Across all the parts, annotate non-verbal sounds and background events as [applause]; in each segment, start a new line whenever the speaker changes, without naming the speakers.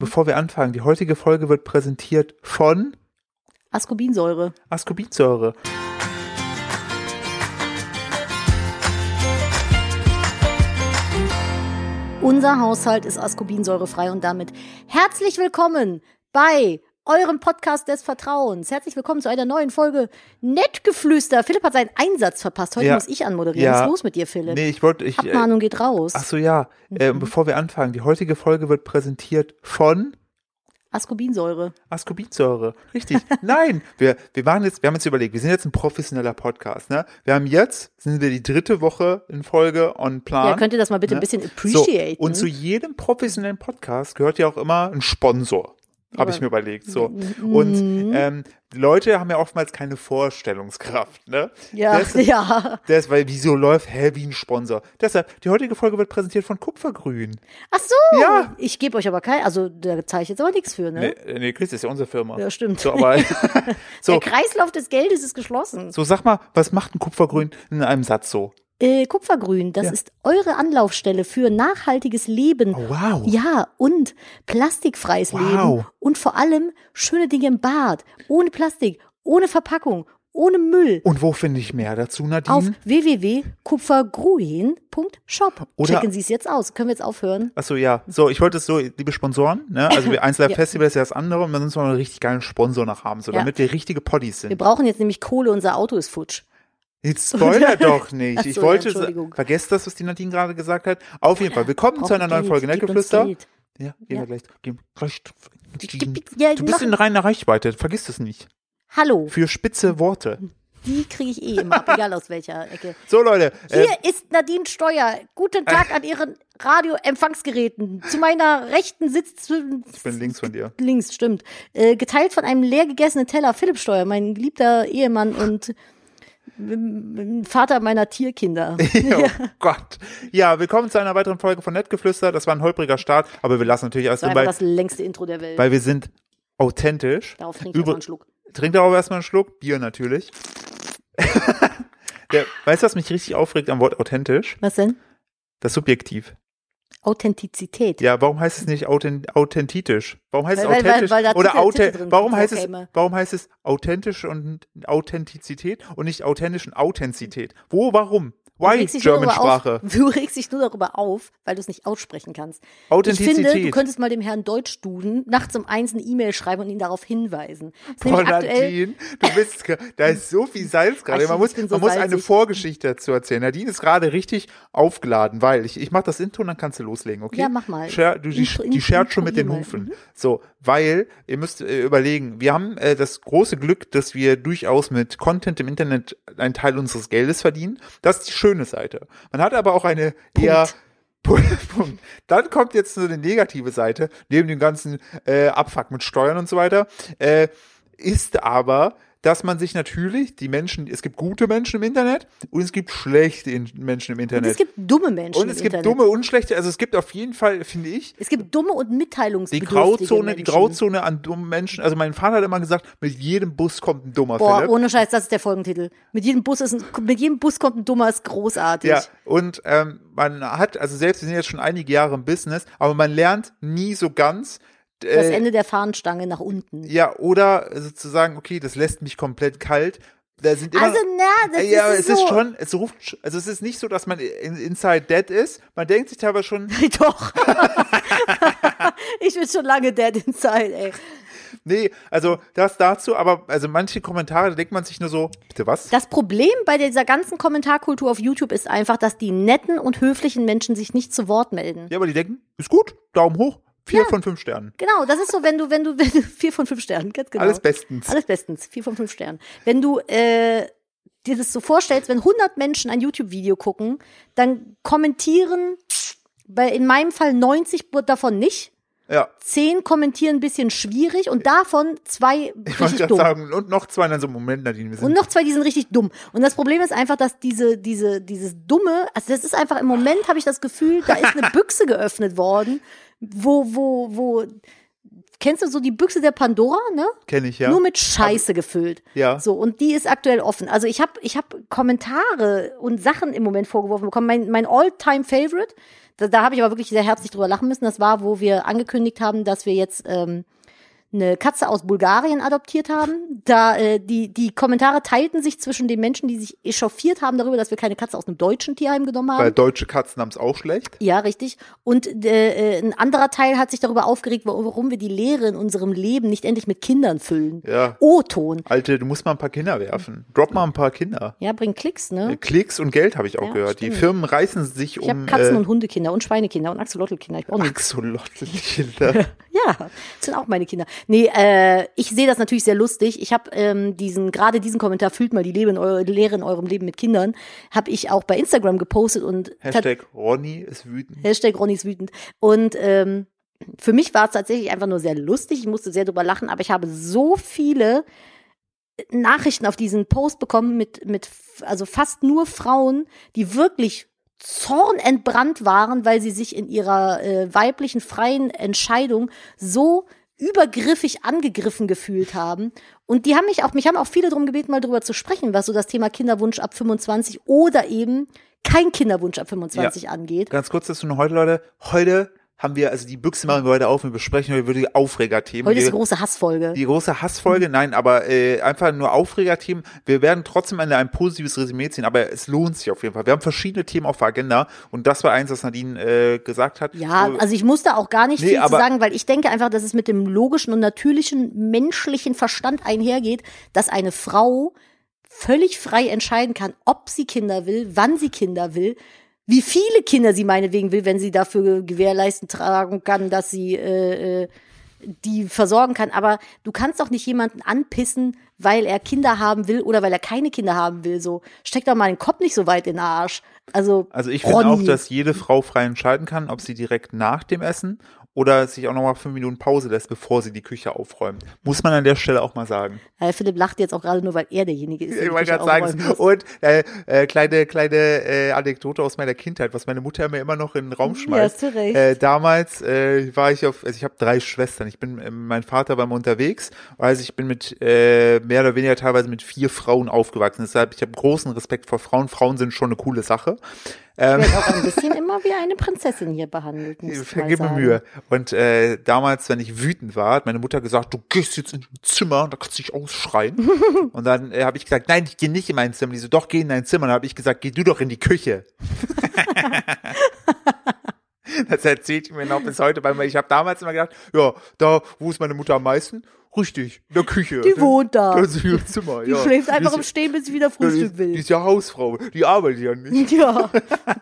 Bevor wir anfangen, die heutige Folge wird präsentiert von
Ascorbinsäure.
Ascorbinsäure.
Unser Haushalt ist ascorbinsäurefrei und damit herzlich willkommen bei eurem Podcast des Vertrauens. Herzlich willkommen zu einer neuen Folge Nettgeflüster. Philipp hat seinen Einsatz verpasst. Heute
Ja.
muss ich anmoderieren.
Ja.
Was ist los mit dir, Philipp?
Nee, ich wollte. Ich, äh,
Abmahnung geht raus.
ach so, ja. Äh,
Mhm.
bevor wir anfangen, die heutige Folge wird präsentiert von
Ascorbinsäure.
Ascorbinsäure.
[laughs]
Richtig. Nein, wir, wir waren jetzt, wir haben jetzt überlegt, wir sind jetzt ein professioneller Podcast, ne? Wir haben jetzt, sind wir die dritte Woche in Folge on plan.
Ja, könnt ihr das mal bitte
ne?
ein bisschen appreciaten?
So, und zu jedem professionellen Podcast gehört ja auch immer ein Sponsor. Habe
Aber-
ich mir überlegt. So.
Mhm.
Und ähm, die Leute haben ja oftmals keine Vorstellungskraft, ne?
ja,
Das,
[laughs] ja.
das, weil wieso läuft hä, wie ein Sponsor? Deshalb, die heutige Folge wird präsentiert von Kupfergrün.
Ach so.
Ja.
Ich gebe euch aber kein, also da zahle ich jetzt aber nichts für, ne?
Ne? Nee, nee, Chris ist ja unsere Firma.
Ja, stimmt.
So,
[laughs]
aber, [laughs] so,
Der Kreislauf des Geldes ist geschlossen.
so, sag mal, was macht ein Kupfergrün in einem Satz so?
Äh, Kupfergrün, das
Ja.
ist eure Anlaufstelle für nachhaltiges Leben.
Oh, wow.
Ja, und plastikfreies
Wow.
Leben. Und vor allem schöne Dinge im Bad. Ohne Plastik, ohne Verpackung, ohne Müll.
Und wo finde ich mehr dazu, Nadine?
Auf www.kupfergrün.shop.
Oder-
Checken Sie es jetzt aus. Können wir jetzt aufhören?
Achso, ja. So, ich wollte es so, liebe Sponsoren, ne? Also wir eins Live
[laughs] Ja.
Festival ist ja das andere und dann müssen wir einen richtig geilen Sponsor noch haben, so
Ja.
damit wir richtige Poddies
Wir
sind.
brauchen jetzt nämlich Kohle, unser Auto ist futsch. [laughs]
Jetzt spoiler doch nicht.
Ach
ich
so,
wollte
ja, Entschuldigung.
sa- vergesst das, was die Nadine gerade gesagt hat. Auf jeden Fall, willkommen zu einer neuen Folge Nettgeflüster.
Geld.
Ja, gehen wir
Ja.
gleich. Gehen, gleich Nadine,
Gib- Ja,
du bist in
noch,
reiner Reichweite, vergiss das nicht.
hallo,
Für spitze Worte.
die kriege ich eh immer ab, egal aus welcher Ecke.
So, Leute. äh,
Hier
Ähm,
ist Nadine Steuer. Guten
[laughs]
Tag an Ihren Radioempfangsgeräten. Zu meiner Rechten sitzt.
ich bin links von
[laughs]
dir. [laughs]
Links, stimmt. Äh, geteilt von einem leer gegessenen Teller. Philipp Steuer, mein geliebter Ehemann und m- m- Vater meiner Tierkinder.
oh Gott. Ja, willkommen zu einer weiteren Folge von Nettgeflüster. Das war ein holpriger Start, aber wir lassen natürlich alles
Das war
drin,
einfach
weil,
das längste Intro der Welt.
weil wir sind authentisch.
Darauf trinke ich
Übr-
erstmal einen Schluck.
Trink darauf erstmal einen Schluck, Bier natürlich. Der, weißt du, was mich richtig aufregt am Wort authentisch?
Was denn?
Das Subjektiv.
Authentizität.
Ja, warum heißt es nicht authent authentitisch? Warum heißt es
Weil- weil- weil-
authentisch?
weil da
Oder
Titel-
authe-
Titel drin
warum
sind,
heißt
so
es,
käme.
warum heißt es authentisch und Authentizität und nicht authentisch und Authentizität? Wo, warum?
Du
Why
regst dich nur
German
darüber
Sprache?
Auf, [laughs] du regst dich nur darüber auf, weil du es nicht aussprechen kannst. Ich
Authentizität.
finde, du könntest mal dem Herrn Deutschduden nachts um eins eine E-Mail schreiben und ihn darauf hinweisen. Das ist
Boah,
nämlich aktuell,
Nadine, du bist, ge- da ist so viel Salz gerade.
Ich
Man muss,
bin so
man muss eine
salzig.
Vorgeschichte dazu erzählen. Nadine ist gerade richtig aufgeladen, weil ich, ich mache das Intro und dann kannst du loslegen, okay?
Ja, mach mal.
Scher, du, die,
Intro,
die
Intro,
schert schon
Intro
mit den
hier mal.
Hufen. So, weil, ihr müsst äh, überlegen, wir haben äh, das große Glück, dass wir durchaus mit Content im Internet einen Teil unseres Geldes verdienen. Das ist die schöne Seite. Man hat aber auch eine eher Punkt, [laughs] Punkt. Dann kommt jetzt so eine negative Seite, neben dem ganzen äh, Abfuck mit Steuern und so weiter, äh, ist aber, dass man sich natürlich, die Menschen, es gibt gute Menschen im Internet und es gibt schlechte in Menschen im
und es
Internet.
gibt dumme Menschen
Und es
im
gibt
Internet.
dumme, unschlechte, also es gibt auf jeden Fall, finde ich,
es gibt dumme und
die
mitteilungsbedürftige
Grauzone,
Menschen.
die Grauzone an dummen Menschen. Also mein Vater hat immer gesagt, mit jedem Bus kommt ein dummer
Boah,
Philipp.
ohne Scheiß, das ist der Folgentitel. Mit jedem Bus, ist ein, mit jedem Bus kommt ein Dummer, ist großartig.
Ja, und ähm, man hat, also selbst wir sind jetzt schon einige Jahre im Business, aber man lernt nie so ganz. Äh,
Das Ende der Fahnenstange nach unten.
Ja, oder sozusagen, okay, das lässt mich komplett kalt. Da sind immer
Also, na, das
ja, aber
ist,
es ist
so.
schon, es ruft, sch- also es ist nicht so, dass man in, inside dead ist. Man denkt sich aber schon,
[laughs] [laughs] Doch. ich bin schon lange dead inside, ey.
nee, also das dazu, aber also manche Kommentare, da denkt man sich nur so, bitte was?
Das Problem bei dieser ganzen Kommentarkultur auf YouTube ist einfach, dass die netten und höflichen Menschen sich nicht zu Wort melden.
Ja, aber die denken, ist gut, Daumen hoch, vier von fünf Sternen.
Genau, das ist so, wenn du, wenn du, wenn du vier von fünf Sternen, ganz genau.
Alles bestens.
Alles bestens, vier von fünf Sternen. Wenn du äh, dir das so vorstellst, wenn 100 Menschen ein YouTube-Video gucken, dann kommentieren bei, in meinem Fall 90 davon nicht.
ja.
10 kommentieren ein bisschen schwierig und davon zwei
Ich wollte
richtig
gerade
dumm.
sagen, und noch zwei, dann so, Moment, Nadine, wir sind.
Und noch zwei, die sind richtig dumm. Und das Problem ist einfach, dass diese, diese, dieses Dumme, also das ist einfach, im Moment habe ich das Gefühl, da ist
[laughs]
eine Büchse geöffnet worden, wo, wo, wo, kennst du so die Büchse der Pandora, ne?
Kenne ich, ja.
Nur mit Scheiße gefüllt.
Ja.
So, und die ist aktuell offen. Also ich habe ich hab Kommentare und Sachen im Moment vorgeworfen bekommen. Mein, mein All-Time-Favorite, Da, da habe ich aber wirklich sehr herzlich drüber lachen müssen. Das war, wo wir angekündigt haben, dass wir jetzt ähm, eine Katze aus Bulgarien adoptiert haben. Da äh, die, die Kommentare teilten sich zwischen den Menschen, die sich echauffiert haben darüber, dass wir keine Katze aus einem deutschen Tierheim genommen haben.
Weil deutsche Katzen haben es auch schlecht.
Ja, richtig. Und äh, äh, ein anderer Teil hat sich darüber aufgeregt, warum wir die Leere in unserem Leben nicht endlich mit Kindern füllen.
Ja.
O-Ton.
Alte, du musst mal ein paar Kinder werfen. Drop mal ein paar Kinder.
Ja, bringt Klicks, ne?
Äh, Klicks und Geld habe ich auch
Ja,
gehört. Die
stimmt.
Firmen reißen sich
Ich habe
um
Katzen-
äh,
und Hundekinder und Schweinekinder und Axolotl-Kinder. Ich brauche nichts. [laughs]
Axolotl-Kinder.
Ja, das sind auch meine Kinder. Nee, äh, ich sehe das natürlich sehr lustig. Ich habe ähm, diesen, gerade diesen Kommentar, füllt mal die Lebe in eu Leere in eurem Leben mit Kindern, habe ich auch bei Instagram gepostet und tat-
Hashtag Ronny ist wütend.
Hashtag Ronny ist wütend. Und ähm, für mich war es tatsächlich einfach nur sehr lustig. Ich musste sehr drüber lachen, aber ich habe so viele äh, Nachrichten auf diesen Post bekommen mit, mit f- also fast nur Frauen, die wirklich zornentbrannt waren, weil sie sich in ihrer äh, weiblichen freien Entscheidung so übergriffig angegriffen gefühlt haben. Und die haben mich auch, mich haben auch viele darum gebeten, mal drüber zu sprechen, was so das Thema Kinderwunsch ab 25 oder eben kein Kinderwunsch ab 25 angeht.
Ganz kurz dazu noch heute, Leute. Heute haben wir, also die Büchse machen wir heute auf und besprechen heute wirklich Aufregerthemen.
Heute
Wir-
ist die große Hassfolge.
Die große Hassfolge, nein, aber äh, einfach nur Aufregerthemen. Wir werden trotzdem ein, ein positives Resümee ziehen, aber es lohnt sich auf jeden Fall. Wir haben verschiedene Themen auf der Agenda und das war eins, was Nadine äh, gesagt hat.
ja,
So,
also ich muss da auch gar nicht
Nee,
viel zu
aber-
sagen, weil ich denke einfach, dass es mit dem logischen und natürlichen menschlichen Verstand einhergeht, dass eine Frau völlig frei entscheiden kann, ob sie Kinder will, wann sie Kinder will, wie viele Kinder sie meinetwegen will, wenn sie dafür gewährleisten tragen kann, dass sie äh, äh, die versorgen kann. Aber du kannst doch nicht jemanden anpissen, weil er Kinder haben will oder weil er keine Kinder haben will. So steck doch mal den Kopf nicht so weit in den Arsch. Also,
also ich finde
Ronny.
auch, dass jede Frau frei entscheiden kann, ob sie direkt nach dem Essen oder sich auch nochmal fünf Minuten Pause lässt, bevor sie die Küche aufräumt. Muss man an der Stelle auch mal sagen.
Äh, Philipp lacht jetzt auch gerade nur, weil er derjenige ist. der
Ich
die
wollte
Küche
gerade sagen,
aufräumen muss.
und äh, äh, kleine, kleine äh, Anekdote aus meiner Kindheit, was meine Mutter mir immer noch in den Raum schmeißt.
hast du recht.
Äh, damals äh, war ich auf, also ich habe drei Schwestern. Ich bin, äh, mein Vater war immer unterwegs, also ich bin mit äh, mehr oder weniger teilweise mit vier Frauen aufgewachsen. Deshalb, ich habe großen Respekt vor Frauen. Frauen sind schon eine coole Sache.
Ich
ähm.
werde auch ein bisschen immer wie eine Prinzessin hier behandelt. muss ich mal
Gib mir
sagen.
Mühe. Und äh, damals, wenn ich wütend war, hat meine Mutter gesagt, du gehst jetzt in ein Zimmer, da kannst du dich ausschreien.
[laughs]
und dann äh, habe ich gesagt, nein, ich gehe nicht in mein Zimmer. Die so, doch, geh in dein Zimmer. Und dann habe ich gesagt, geh du doch in die
[laughs]
Küche. das erzählt mir noch bis heute, weil ich habe damals immer gedacht, ja, da, wo ist meine Mutter am meisten? Richtig, in der Küche.
Die wohnt da.
Das ist ihr Zimmer,
Die
ja.
schläft einfach
Die
im
ist-
Stehen, bis sie wieder
die
Frühstück
ist, die
will.
ist ja Hausfrau, die arbeitet ja nicht.
[laughs] Ja,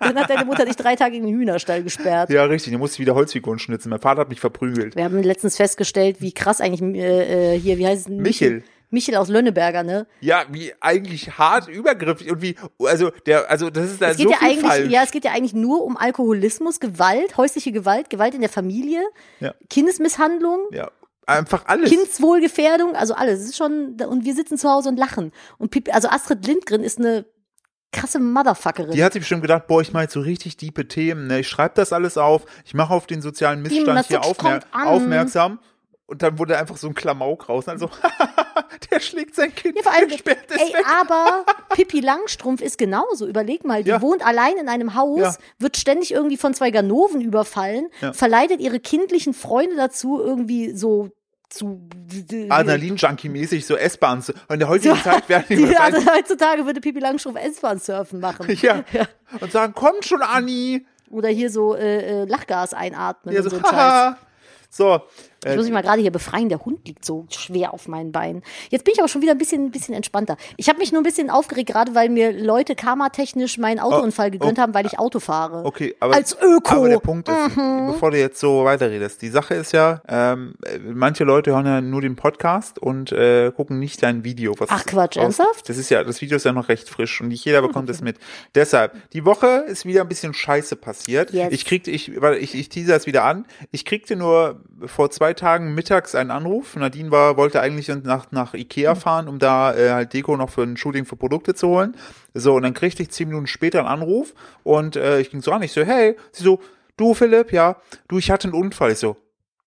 dann hat deine Mutter dich drei Tage in den Hühnerstall gesperrt.
Ja, richtig, die muss wieder Holzfiguren schnitzen. Mein Vater hat mich verprügelt.
Wir haben letztens festgestellt, wie krass eigentlich äh, äh, hier, wie heißt es?
Michel.
Michel aus Lönneberger, ne?
Ja, wie eigentlich hart übergriffig und wie, also der, also das ist da
Es geht
so
ja
viel
eigentlich,
falsch.
ja, es geht ja eigentlich nur um Alkoholismus, Gewalt, häusliche Gewalt, Gewalt in der Familie,
Ja.
Kindesmisshandlung,
ja, einfach alles.
[laughs] Kindswohlgefährdung, also alles. Es ist schon, und wir sitzen zu Hause und lachen. Und Pip, also Astrid Lindgren ist eine krasse Motherfuckerin.
die hat sich bestimmt gedacht, boah, ich mache jetzt so richtig diepe Themen, ne? Ich schreibe das alles auf, ich mache auf den sozialen Missstand
das
hier
Sucht
aufmer
kommt an.
aufmerksam. Und dann wurde einfach so ein Klamauk raus. Also, [laughs] der schlägt sein Kind,
Ja, vor
[laughs]
allem,
der sperrt es
ey,
weg. [laughs]
aber Pippi Langstrumpf ist genauso. Überleg mal, die
Ja.
wohnt allein in einem Haus,
Ja.
wird ständig irgendwie von zwei Ganoven überfallen,
Ja.
verleitet ihre kindlichen Freunde dazu, irgendwie so zu. [laughs]
Adrenalin-Junkie-mäßig, so S-Bahn. zu- Und in der heutigen Zeit werden die
Die,
wahrscheinlich,
also heutzutage würde Pippi Langstrumpf S-Bahn-Surfen machen.
[laughs] ja, und sagen, komm schon, Anni.
Oder hier so äh, äh, Lachgas einatmen
Ja,
und so
so,
ein
[laughs]
Scheiß.
haha. So,
Ich
äh,
muss mich mal gerade hier befreien, der Hund liegt so schwer auf meinen Beinen. Jetzt bin ich aber schon wieder ein bisschen, ein bisschen entspannter. Ich habe mich nur ein bisschen aufgeregt, gerade weil mir Leute karmatechnisch meinen Autounfall gegönnt haben, weil ich Auto fahre.
Oh, Okay, aber,
Als Öko. Mhm.
aber der Punkt ist, bevor du jetzt so weiterredest, die Sache ist ja, ähm, äh, manche Leute hören ja nur den Podcast und äh, gucken nicht dein Video. Was
Ach, Quatsch,
aus-
ernsthaft?
Das ist ja, das Video ist ja noch recht frisch und nicht jeder bekommt es mit. Deshalb, die Woche ist wieder ein bisschen Scheiße passiert.
Yes.
Ich kriegte, ich, warte, ich, ich teaser es wieder an. Ich kriegte nur vor zwei Tagen mittags einen Anruf. Nadine war, wollte eigentlich nach, nach Ikea fahren, um da äh, halt Deko noch für ein Shooting für Produkte zu holen. So, und dann kriegte ich zehn Minuten später einen Anruf und äh, ich ging so an. Ich so, hey, sie so, du Philipp, ja, du, ich hatte einen Unfall. Ich so,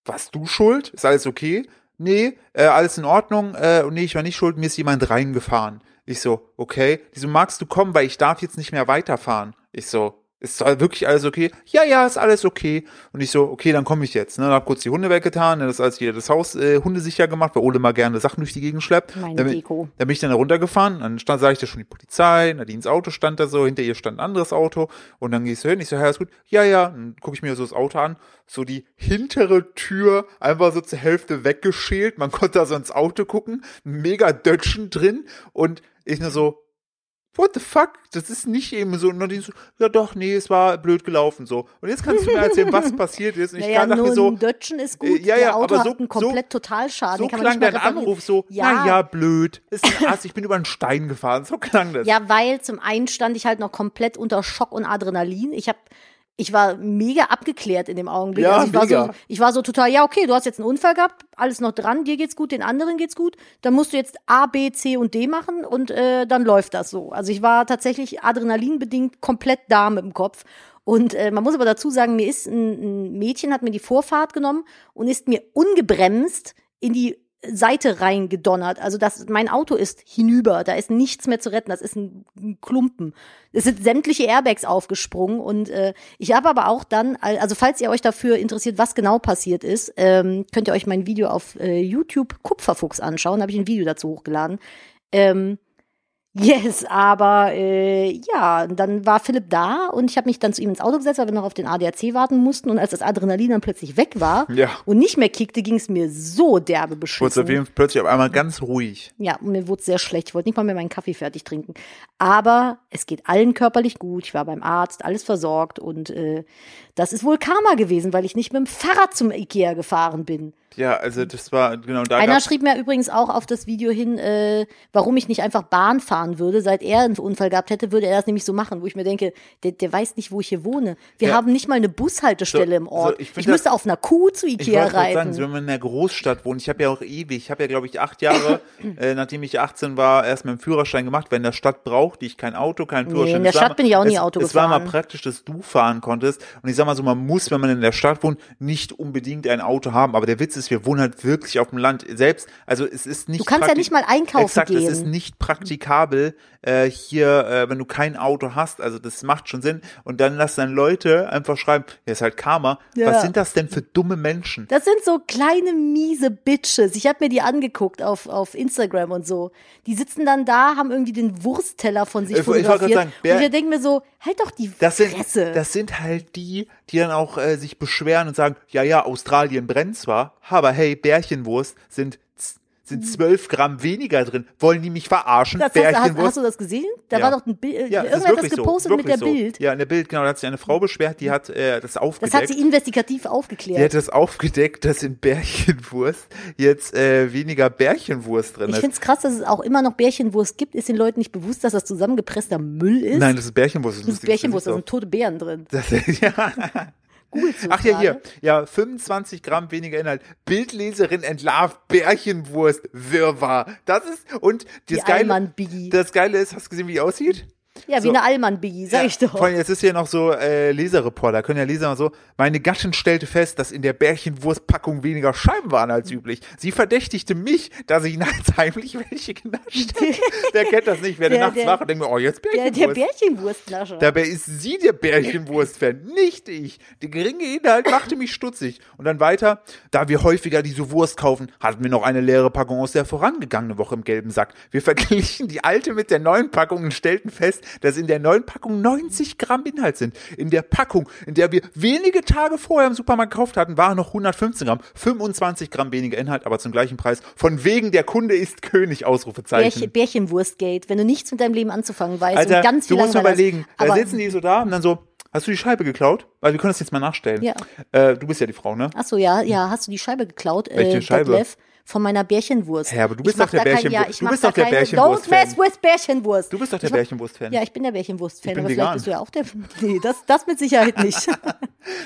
was, du schuld? Ist alles okay? Nee, äh, alles in Ordnung. Äh, und nee, ich war nicht schuld, mir ist jemand reingefahren. Ich so, okay. Die so, magst du kommen, weil ich darf jetzt nicht mehr weiterfahren. Ich so, Ist da wirklich alles okay? Ja, ja, ist alles okay. Und ich so, okay, dann komme ich jetzt. Ne? Dann hab kurz die Hunde weggetan, dann ist als wieder das Haus äh, hundesicher gemacht, weil Ole mal gerne Sachen durch die Gegend schleppt.
Meine
dann, bin-
Deko.
dann bin ich dann da runtergefahren, dann stand, sah ich da schon die Polizei, Nadines Auto stand da so, hinter ihr stand ein anderes Auto und dann gehst du hin, ich so, ja, ist gut, ja, ja, dann gucke ich mir so das Auto an, so die hintere Tür einfach so zur Hälfte weggeschält, man konnte da so ins Auto gucken, mega Dötschen drin und ich nur so, what the fuck, das ist nicht eben so, und Nadine so, ja doch, nee, es war blöd gelaufen, so. Und jetzt kannst du mir erzählen,
[laughs]
was passiert ist und ich
Naja,
dachte
nur
mir so,
ein Dötschen ist
äh,
gut.
ja, ja,
der Auto
aber so-
hat einen komplett Totalschaden.
so
den kann man
klang
nicht mehr
dein
reparieren.
Anruf so,
Ja.
naja, blöd, ist
[laughs]
ein Ass, ich bin über einen Stein gefahren, so klang das.
Ja, weil zum einen stand ich halt noch komplett unter Schock und Adrenalin. Ich habe ich war mega abgeklärt in dem Augenblick.
Ja,
also ich, war so,
mega.
ich war so total, ja, okay, du hast jetzt einen Unfall gehabt, alles noch dran, dir geht's gut, den anderen geht's gut. Dann musst du jetzt A, B, C und D machen und äh, dann läuft das so. Also ich war tatsächlich adrenalinbedingt komplett da mit dem Kopf. Und äh, man muss aber dazu sagen, mir ist ein, ein Mädchen, hat mir die Vorfahrt genommen und ist mir ungebremst in die Seite reingedonnert. Also das, mein Auto ist hinüber, da ist nichts mehr zu retten, das ist ein, ein Klumpen. Es sind sämtliche Airbags aufgesprungen und äh, ich habe aber auch dann, al- also falls ihr euch dafür interessiert, was genau passiert ist, ähm, könnt ihr euch mein Video auf äh, YouTube Kupferfuchs anschauen, da habe ich ein Video dazu hochgeladen. Ähm, Yes, aber äh, ja, dann war Philipp da und ich habe mich dann zu ihm ins Auto gesetzt, weil wir noch auf den ADAC warten mussten und als das Adrenalin dann plötzlich weg war
Ja.
und nicht mehr kickte, ging es mir so derbe
Kurz auf
beschissen.
jeden Fall plötzlich auf einmal ganz ruhig.
Ja, und mir wurde sehr schlecht. Ich wollte nicht mal mehr meinen Kaffee fertig trinken. Aber es geht allen körperlich gut. Ich war beim Arzt, alles versorgt und äh, das ist wohl Karma gewesen, weil ich nicht mit dem Fahrrad zum Ikea gefahren bin.
Ja, also das war genau da.
Einer
gab's-
schrieb mir übrigens auch auf das Video hin, äh, warum ich nicht einfach Bahn fahren würde. Seit er einen Unfall gehabt hätte, würde er das nämlich so machen, wo ich mir denke, der, der weiß nicht, wo ich hier wohne. Wir
Ja.
haben nicht mal eine Bushaltestelle
So-
im Ort.
so, ich
ich
find das-
müsste auf einer Kuh zu
ich
Ikea
wollte gerade sagen, so
reiten.
wenn man in der Großstadt wohnt, ich habe ja auch ewig, ich habe ja glaube ich acht
[clears throat]
Jahre, äh, nachdem ich 18 war, erst meinen Führerschein gemacht, weil in der Stadt brauchte ich kein Auto, keinen Führerschein.
in der
Es war
Stadt
mal-
bin ich auch nie
es,
Auto
es Es war mal
gefahren.
praktisch, dass du fahren konntest und ich sag mal so, man muss, wenn man in der Stadt wohnt, nicht unbedingt ein Auto haben, aber der Witz ist, wir wohnen halt wirklich auf dem Land selbst, also es ist nicht
Du kannst ja
praktik-
nicht mal einkaufen
Exakt,
gehen.
es ist nicht praktikabel äh, hier, äh, wenn du kein Auto hast, also das macht schon Sinn und dann lass dann Leute einfach schreiben, ja ist halt Karma,
Ja.
was sind das denn für dumme Menschen?
Das sind so kleine miese Bitches. Ich habe mir die angeguckt auf, auf Instagram und so. Die sitzen dann da, haben irgendwie den Wurstteller von sich
Ich wollte- ich wollte
fotografiert.
gerade sagen, wer-
und ich denke mir so, halt doch die
Das sind,
Fresse.
das sind halt die, die dann auch äh, sich beschweren und sagen, ja, ja, Australien brennt zwar, aber hey, Bärchenwurst sind z- sind zwölf Gramm weniger drin. Wollen die mich verarschen?
Mhm. Das hast, hast, hast
Bärchenwurst.
du das gesehen? Da
Ja.
war doch ein Bild.
ja, es ist
irgendwer hat das
wirklich
gepostet
so,
mit
wirklich
der
so.
Bild. Mhm.
Ja, in der Bild, genau. Da hat sich eine Frau beschwert, die hat äh, das
Das
aufgedeckt.
hat sie investigativ
die hat
aufgeklärt.
das aufgedeckt, dass in Bärchenwurst jetzt äh, weniger Bärchenwurst drin
Ich
ist.
finde es krass, dass es auch immer noch Bärchenwurst gibt. Ist den Leuten nicht bewusst, dass das zusammengepresster Müll ist?
Nein, das ist Bärchenwurst.
das ist Bärchenwurst, da sind tote Bären drin.
Das, ja.
Googelst du
Ach [laughs] ja,
gerade?
hier. Ja, 25 Gramm weniger Inhalt. Bildleserin entlarvt Bärchenwurst. Wirrwarr. Das ist, und
Die
das Geile,
Allmann-Biggie.
das Geile ist, hast du gesehen, wie die aussieht?
Ja, wie
so.
eine Allmann-Biggie, sag ich doch.
Vor allem, es ist hier noch so äh, Leserreporter. Können ja Leser mal so. Meine Gattin stellte fest, dass in der Bärchenwurstpackung weniger Scheiben waren als
Hm.
üblich. Sie verdächtigte mich, dass ich nachts [laughs] heimlich welche
[laughs]
genascht hätte. Wer kennt das nicht? Wer
Der-
nachts
der-
wach und denkt mir, oh, jetzt
Der,
Bärchenwurst.
der Bärchenwurstnascher.
Dabei ist sie der Bärchenwurst-Fan, nicht ich. Der geringe Inhalt machte mich stutzig. Und dann weiter, da wir häufiger diese Wurst kaufen, hatten wir noch eine leere Packung aus der vorangegangenen Woche im gelben Sack. Wir verglichen die alte mit der neuen Packung und stellten fest, dass in der neuen Packung 90 Gramm Inhalt sind. In der Packung, in der wir wenige Tage vorher im Supermarkt gekauft hatten, waren noch 115 Gramm, 25 Gramm weniger Inhalt, aber zum gleichen Preis. Von wegen der Kunde ist König, Ausrufezeichen.
Bärchen, Bärchenwurstgate, wenn du nichts mit deinem Leben anzufangen weißt
Alter,
und ganz viel
du musst mal
Langeweile hast.
überlegen, da
Aber,
sitzen die so da und dann so, hast du die Scheibe geklaut? Weil wir können das jetzt mal nachstellen.
Ja.
Äh, du bist ja die Frau, ne?
Ach so, ja, ja, hast du die Scheibe geklaut,
Welche
äh,
Scheibe?
Detlef, von meiner Bärchenwurst.
Hä, aber du
Ich
bist
mach
doch der
da kein-
Bärchenwurst-
Ja, ich
du
mach
bist
da
doch der
keine- Don't
Bärchenwurst-Fan.
mess with Bärchenwurst.
Du bist doch der
Ich mach-
Bärchenwurst-Fan.
Ja, ich bin der Bärchenwurst-Fan,
Ich bin
aber
vegan.
vielleicht bist du ja auch der. [laughs] Nee, das, das mit Sicherheit
[laughs]
nicht.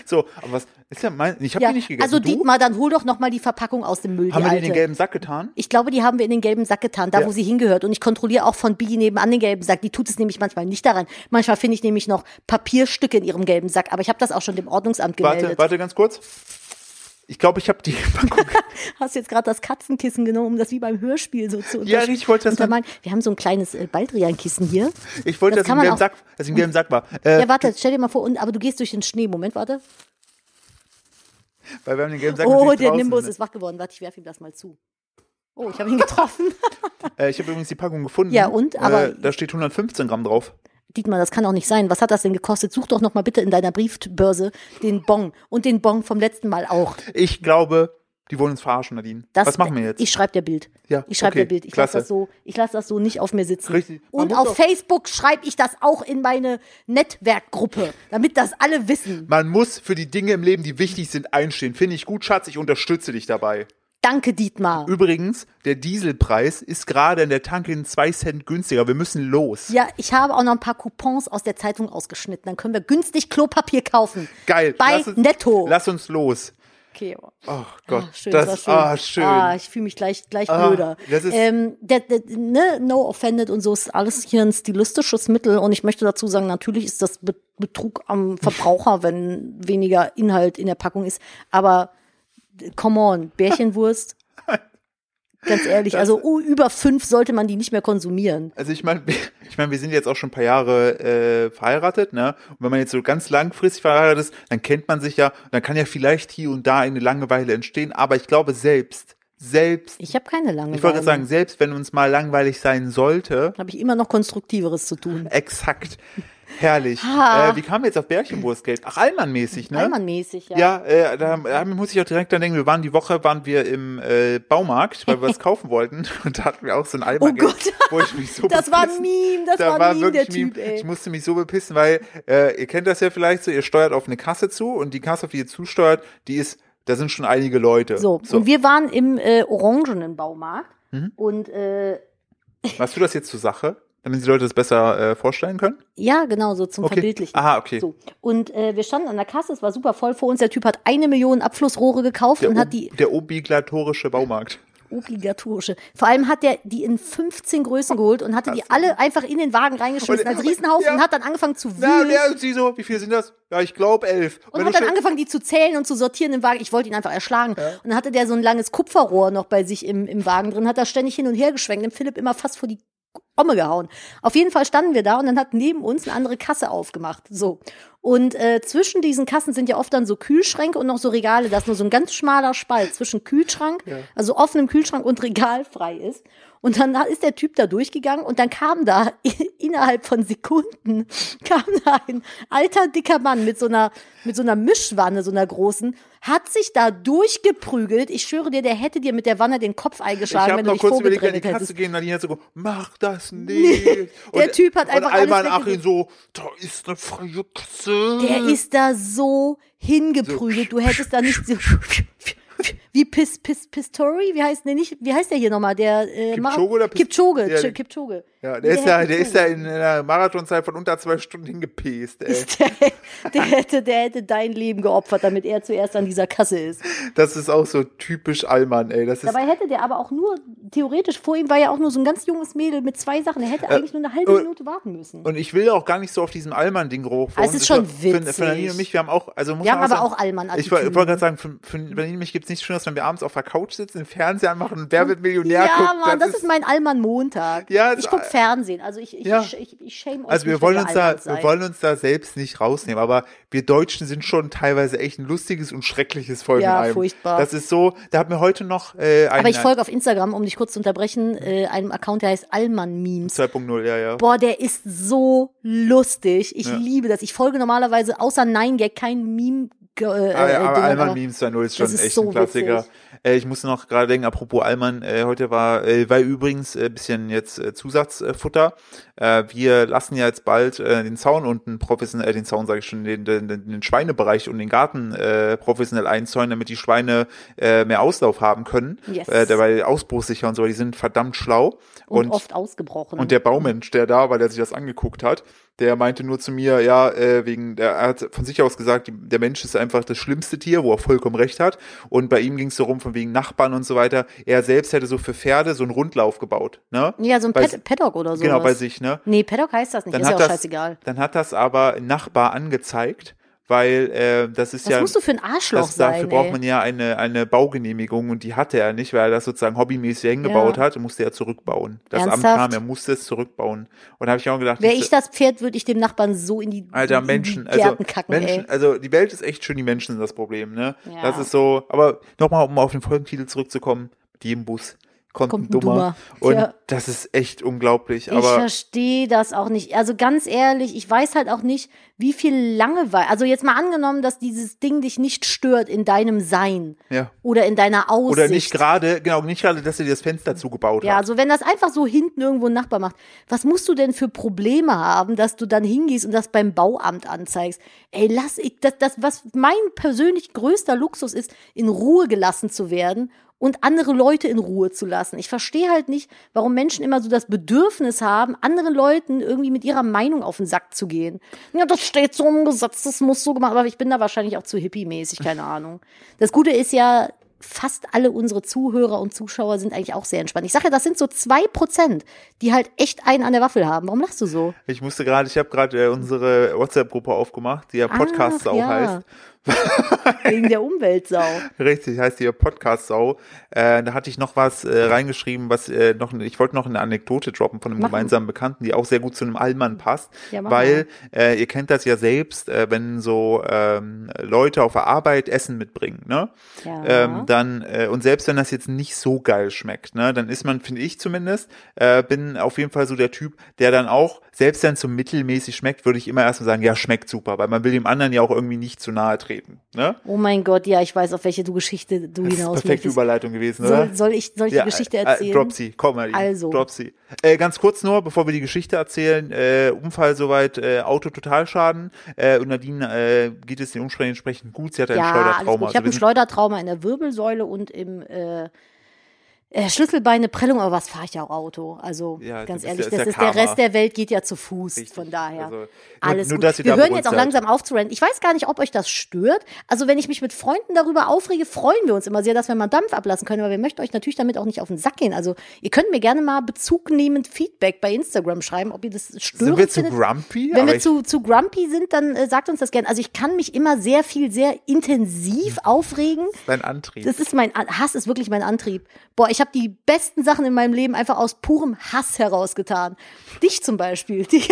So, aber was ist ja mein, ich habe
ja,
die nicht gegessen.
also
du?
Dietmar, dann hol doch nochmal die Verpackung aus dem Müll,
haben
die
wir die
alte.
in den gelben Sack getan?
ich glaube, die haben wir in den gelben Sack getan, da
Ja.
wo sie hingehört. Und ich kontrolliere auch von Biggie nebenan den gelben Sack. Die tut es nämlich manchmal nicht daran. Manchmal finde ich nämlich noch Papierstücke in ihrem gelben Sack. Aber ich habe das auch schon dem Ordnungsamt gemeldet.
Warte, warte ganz kurz. Ich glaube, ich habe die [laughs] Packung.
Hast jetzt gerade das Katzenkissen genommen, um das wie beim Hörspiel so zu
ja, ich wollte das.
untermalen. Wir haben so ein kleines äh, Baldriankissen hier.
Ich wollte, dass
Das kann
ihm wieder
man
im Sack, dass ihm wieder im Sack war. Äh,
Ja, warte, stell dir mal vor, und, aber du gehst durch den Schnee. Moment, warte.
Weil wir haben den gelben Sack
Oh,
natürlich
der
draußen. ne?
Nimbus ist wach geworden. Warte, ich werfe ihm das mal zu. Oh, ich habe ihn [laughs] getroffen.
Äh, ich habe übrigens die Packung gefunden.
Ja, und? Aber-
äh, da steht 115 Gramm drauf.
Dietmar, das kann auch nicht sein. Was hat das denn gekostet? Such doch noch mal bitte in deiner Briefbörse den Bon und den Bon vom letzten Mal auch.
Ich glaube, die wollen uns verarschen, Nadine.
Das,
Was machen wir jetzt?
Ich schreibe der Bild.
Ja,
ich schreibe
okay,
der Bild. Ich lasse
klasse.
das so. Ich lasse das so nicht auf mir sitzen.
Richtig. Man
Und
muss
auf
doch-
Facebook schreibe ich das auch in meine Netzwerkgruppe, damit das alle wissen.
Man muss für die Dinge im Leben, die wichtig sind, einstehen. Finde ich gut, Schatz. Ich unterstütze dich dabei.
Danke, Dietmar.
Übrigens, der Dieselpreis ist gerade in der Tanke in 2 Cent günstiger. Wir müssen los.
Ja, ich habe auch noch ein paar Coupons aus der Zeitung ausgeschnitten. Dann können wir günstig Klopapier kaufen.
Geil.
Bei
lass uns,
Netto.
Lass uns los.
Okay.
Oh Gott.
Ah, schön, das,
das,
war schön.
Ah, schön.
Ah, ich fühle mich gleich, gleich
Ah,
blöder.
das ist-
ähm, der, der, ne, no offended und so ist alles hier ein stilistisches Mittel. Und ich möchte dazu sagen, natürlich ist das Be- Betrug am Verbraucher, wenn weniger Inhalt in der Packung ist. Aber come on,
[laughs]
Bärchenwurst. Ganz ehrlich, also oh, über fünf sollte man die nicht mehr konsumieren.
Also ich meine, ich meine, wir sind jetzt auch schon ein paar Jahre äh, verheiratet, ne? Und wenn man jetzt so ganz langfristig verheiratet ist, dann kennt man sich ja, dann kann ja vielleicht hier und da eine Langeweile entstehen, aber ich glaube selbst, selbst,
Ich habe keine lange.
ich wollte gerade sagen, selbst wenn uns mal langweilig sein sollte,
habe ich immer noch konstruktiveres zu tun.
exakt, herrlich.
Ha.
Äh, wie kamen wir jetzt auf Bärchenwurstgeld? Ach, Allmann-mäßig, ne?
Allmannmäßig, ja.
Ja, äh, da, da muss ich auch direkt dran denken, wir waren die Woche, waren wir im äh, Baumarkt, weil
[laughs]
wir was kaufen wollten und da hatten wir auch so ein Allmann-Geld,
Oh Gott.
wo ich mich so
[laughs] Das war ein
bepisst
Meme, das
da
war
war
ein Meme, der
wirklich
Typ,
Meme.
ey.
Ich musste mich so bepissen, weil äh, ihr kennt das ja vielleicht so, ihr steuert auf eine Kasse zu und die Kasse, auf die ihr zusteuert, die ist, da sind schon einige Leute.
So, und wir waren im äh, orangenen Baumarkt
Mhm.
und äh,
Machst du das jetzt zur Sache, damit die Leute das besser äh, vorstellen können?
ja, genau, so zum
Okay.
Verbildlichen.
Aha, okay.
So. Und äh, wir standen an der Kasse, es war super voll vor uns. Der Typ hat eine Million Abflussrohre gekauft
Der,
und
ob-
hat die
der obligatorische Baumarkt.
obligatorische. Vor allem hat der die in 15 Größen geholt und hatte die alle einfach in den Wagen reingeschmissen
Und-
als Riesenhaufen
Ja.
und hat dann angefangen zu
Na,
wühlen.
ja, und sie so, wie viele sind das? Ja, ich glaube elf. wenn
Und hat
du
dann
schon-
angefangen, die zu zählen und zu sortieren im Wagen. Ich wollte ihn einfach erschlagen. Und dann hatte der so ein langes Kupferrohr noch bei sich im, im Wagen drin, hat da ständig hin und her geschwenkt, dem Philipp immer fast vor die Omme gehauen. Auf jeden Fall standen wir da und dann hat neben uns eine andere Kasse aufgemacht. So. Und äh, zwischen diesen Kassen sind ja oft dann so Kühlschränke und noch so Regale. Da ist nur so ein ganz schmaler Spalt zwischen Kühlschrank, also offenem Kühlschrank und Regal frei ist. Und dann ist der Typ da durchgegangen und dann kam da [laughs] innerhalb von Sekunden [laughs] kam da ein alter dicker Mann mit so einer mit so einer Mischwanne, so einer großen, hat sich da durchgeprügelt. Ich schwöre dir, der hätte dir mit der Wanne den Kopf
ich
eingeschlagen,
habe
wenn du
noch
dich
kurz überlegt, an die
vorgedreht
Kasse
hättest.
zu gehen, Nadine hat so gesagt, mach das nicht.
[laughs] Der Typ hat einfach
Und
alles
Alman Achim
weggedrückt.
so, da ist eine freie Kasse.
Der ist da so hingeprügelt. Du hättest da nicht so [laughs] wie Pis, Pis, Pistori, wie heißt nee, nicht, wie heißt der hier nochmal? Der äh, Mar-
Kipchoge oder Pis-
Kipchoge,
Ja,
Ch- Kipchoge.
Ja, der ist ja, der ist ja in einer Marathonzeit von unter zwei Stunden hingepest, ey.
der, der hätte, der hätte dein Leben geopfert, damit er zuerst an dieser Kasse ist.
Das ist auch so typisch Allmann, ey. Das ist,
Dabei hätte der aber auch nur, theoretisch, vor ihm war ja auch nur so ein ganz junges Mädel mit zwei Sachen. Er hätte eigentlich nur eine halbe
und-
Minute warten müssen.
Äh, und ich will auch gar nicht so auf diesem Allmann-Ding hoch.
Ah, es ist schon
Für,
witzig.
für Nadine und mich, wir haben auch, also muss
Wir
man
haben aber
sagen,
auch Allmann-Attitüden.
Ich woll- ich wollte gerade sagen, für, für Nadine und mich gibt's nichts Schöneres, wenn wir abends auf der Couch sitzen, den Fernseher anmachen und Wer wird Millionär
ja,
guckt.
Mann, das, ist mein Allmann-Montag.
Ja,
ich
das- äh,
gucke Fernsehen. Also ich, ich,
Ja.
ich, ich, ich shame euch
also wir
nicht,
wollen
wenn ihr
uns da,
Allmann seid.
wir wollen uns da selbst nicht rausnehmen, aber wir Deutschen sind schon teilweise echt ein lustiges und schreckliches Volk
Ja,
in einem.
furchtbar.
Das ist so, da hat mir heute noch äh, ein
aber ich folge auf Instagram, um dich kurz zu unterbrechen, äh, einem Account, der heißt Allmann-Memes.
2.0, ja, ja.
Boah, der ist so lustig. Ich liebe das. Ich folge normalerweise außer Nein Gag kein Meme. Äh,
Ah,
äh,
ja, aber
Dingern,
Alman
aber-
Memes 2.0 ist schon
das ist
echt
so
ein Klassiker.
witzig.
Äh, ich muss noch gerade denken, apropos Alman, äh, heute war, äh, war übrigens äh, bisschen jetzt äh, Zusatzfutter. Äh, wir lassen ja jetzt bald äh, den Zaun unten professionell, äh, den Zaun sage ich schon, den, den, den den Schweinebereich und den Garten äh, professionell einzäunen, damit die Schweine äh, mehr Auslauf haben können.
Yes.
Äh, dabei ausbruchssicher und so, die sind verdammt schlau.
und, oft ausgebrochen.
Und der Baumensch, der da war, der sich das angeguckt hat, der meinte nur zu mir, ja, äh, wegen, der, er hat von sich aus gesagt, die, der Mensch ist einfach das schlimmste Tier, wo er vollkommen recht hat. Und bei ihm ging es darum, von wegen Nachbarn und so weiter. Er selbst hätte so für Pferde so einen Rundlauf gebaut, ne?
ja, so ein
bei-
Pad Paddock oder sowas.
Genau, bei sich, ne?
Nee, Paddock heißt das nicht.
Dann
ist ja
hat,
auch
das,
scheißegal.
dann hat das aber ein Nachbar angezeigt, weil äh, das ist
Was
ja
musst du für ein Arschloch
das,
sein?
Also dafür braucht
ey.
man ja eine, eine Baugenehmigung und die hatte er nicht, weil er das sozusagen hobbymäßig hingebaut
Ja.
hat und musste er zurückbauen. Das Amt
Ernsthaft?
kam, er musste es zurückbauen. Und da habe ich auch gedacht,
Wäre
diese-
ich das Pferd, würde ich dem Nachbarn so in die,
Alter,
in die
Menschen, also,
Gärten kacken,
Menschen,
ey.
also die Welt ist echt schön, die Menschen sind das Problem, ne?
Ja.
Das ist so, aber nochmal, um auf den Folgentitel zurückzukommen, die im Bus kommt, ein Dummer. Und
Ja.
das ist echt unglaublich,
ich
aber
verstehe das auch nicht. Also ganz ehrlich, ich weiß halt auch nicht, wie viel Langeweile. Also jetzt mal angenommen, dass dieses Ding dich nicht stört in deinem Sein
ja.
oder in deiner Aussicht.
Oder nicht gerade, genau, nicht gerade, dass er dir das Fenster zugebaut
Ja,
hat.
also wenn das einfach so hinten irgendwo ein Nachbar macht, was musst du denn für Probleme haben, dass du dann hingehst und das beim Bauamt anzeigst? Ey, lass ich das, das was mein persönlich größter Luxus ist, in Ruhe gelassen zu werden und andere Leute in Ruhe zu lassen. Ich verstehe halt nicht, warum Menschen immer so das Bedürfnis haben, anderen Leuten irgendwie mit ihrer Meinung auf den Sack zu gehen. Ja, das steht so im Gesetz, das muss so gemacht, aber ich bin da wahrscheinlich auch zu hippie-mäßig, keine Ahnung. Das Gute ist ja, fast alle unsere Zuhörer und Zuschauer sind eigentlich auch sehr entspannt. Ich sage ja, das sind so zwei Prozent, die halt echt einen an der Waffel haben. Warum lachst du so?
Ich musste gerade, ich habe gerade äh, unsere WhatsApp-Gruppe aufgemacht, die ja Podcast
Ach,
auch heißt.
[laughs] Wegen der Umweltsau.
[laughs] Richtig, heißt hier Podcast-Sau. Äh, da hatte ich noch was äh, reingeschrieben, was äh, noch, ich wollte noch eine Anekdote droppen von einem
Mach.
gemeinsamen Bekannten, die auch sehr gut zu einem Allmann passt.
Ja, mach
weil äh, ihr kennt das ja selbst, äh, wenn so ähm, Leute auf der Arbeit Essen mitbringen, ne?
Ja.
Ähm, dann, äh, und selbst wenn das jetzt nicht so geil schmeckt, ne, dann ist man, finde ich zumindest, äh, bin auf jeden Fall so der Typ, der dann auch, selbst wenn es so mittelmäßig schmeckt, würde ich immer erstmal sagen, ja, schmeckt super, weil man will dem anderen ja auch irgendwie nicht zu nahe treten. Ne?
oh mein Gott, ja, ich weiß, auf welche du Geschichte du
Das ist
hinaus
perfekte
möchtest.
Überleitung gewesen, oder?
Soll, soll ich, soll ich
Ja,
die Geschichte
äh, äh,
erzählen?
Drop sie, komm mal.
Also.
Drop sie. Äh, ganz kurz nur, bevor wir die Geschichte erzählen, äh, Unfall soweit, äh, Auto Totalschaden. Äh, und Nadine äh, geht es den Umständen entsprechend gut. Sie hat ein
ja, alles
Schleudertrauma. Also
gut. Ich habe
wir
ein
sind-
Schleudertrauma in der Wirbelsäule und im äh, äh, Schlüsselbein eine Prellung, aber was fahre ich ja auch Auto? Also
Ja,
ganz
du bist ja-
ehrlich,
ist
das
ja
ist der
Karma.
Rest der Welt geht ja zu Fuß,
Richtig.
von daher.
Also, nur-
Alles
nur,
gut.
dass ihr
wir
da
hören jetzt auch
beruhigt seid.
langsam auf zu ranten. Ich weiß gar nicht, ob euch das stört. Also wenn ich mich mit Freunden darüber aufrege, freuen wir uns immer sehr, dass wir mal Dampf ablassen können. Aber wir möchten euch natürlich damit auch nicht auf den Sack gehen. Also ihr könnt mir gerne mal bezugnehmend Feedback bei Instagram schreiben, ob ihr das störend
Sind wir zu
findet.
grumpy?
Wenn
Aber
wir
ich-
zu, zu grumpy sind, dann äh, sagt uns das gerne. Also ich kann mich immer sehr viel, sehr
Hm.
intensiv aufregen.
Dein Antrieb.
Das ist mein An- Hass ist wirklich mein Antrieb. Boah, ich habe die besten Sachen in meinem Leben einfach aus purem Hass herausgetan. Dich zum Beispiel. [laughs] Die-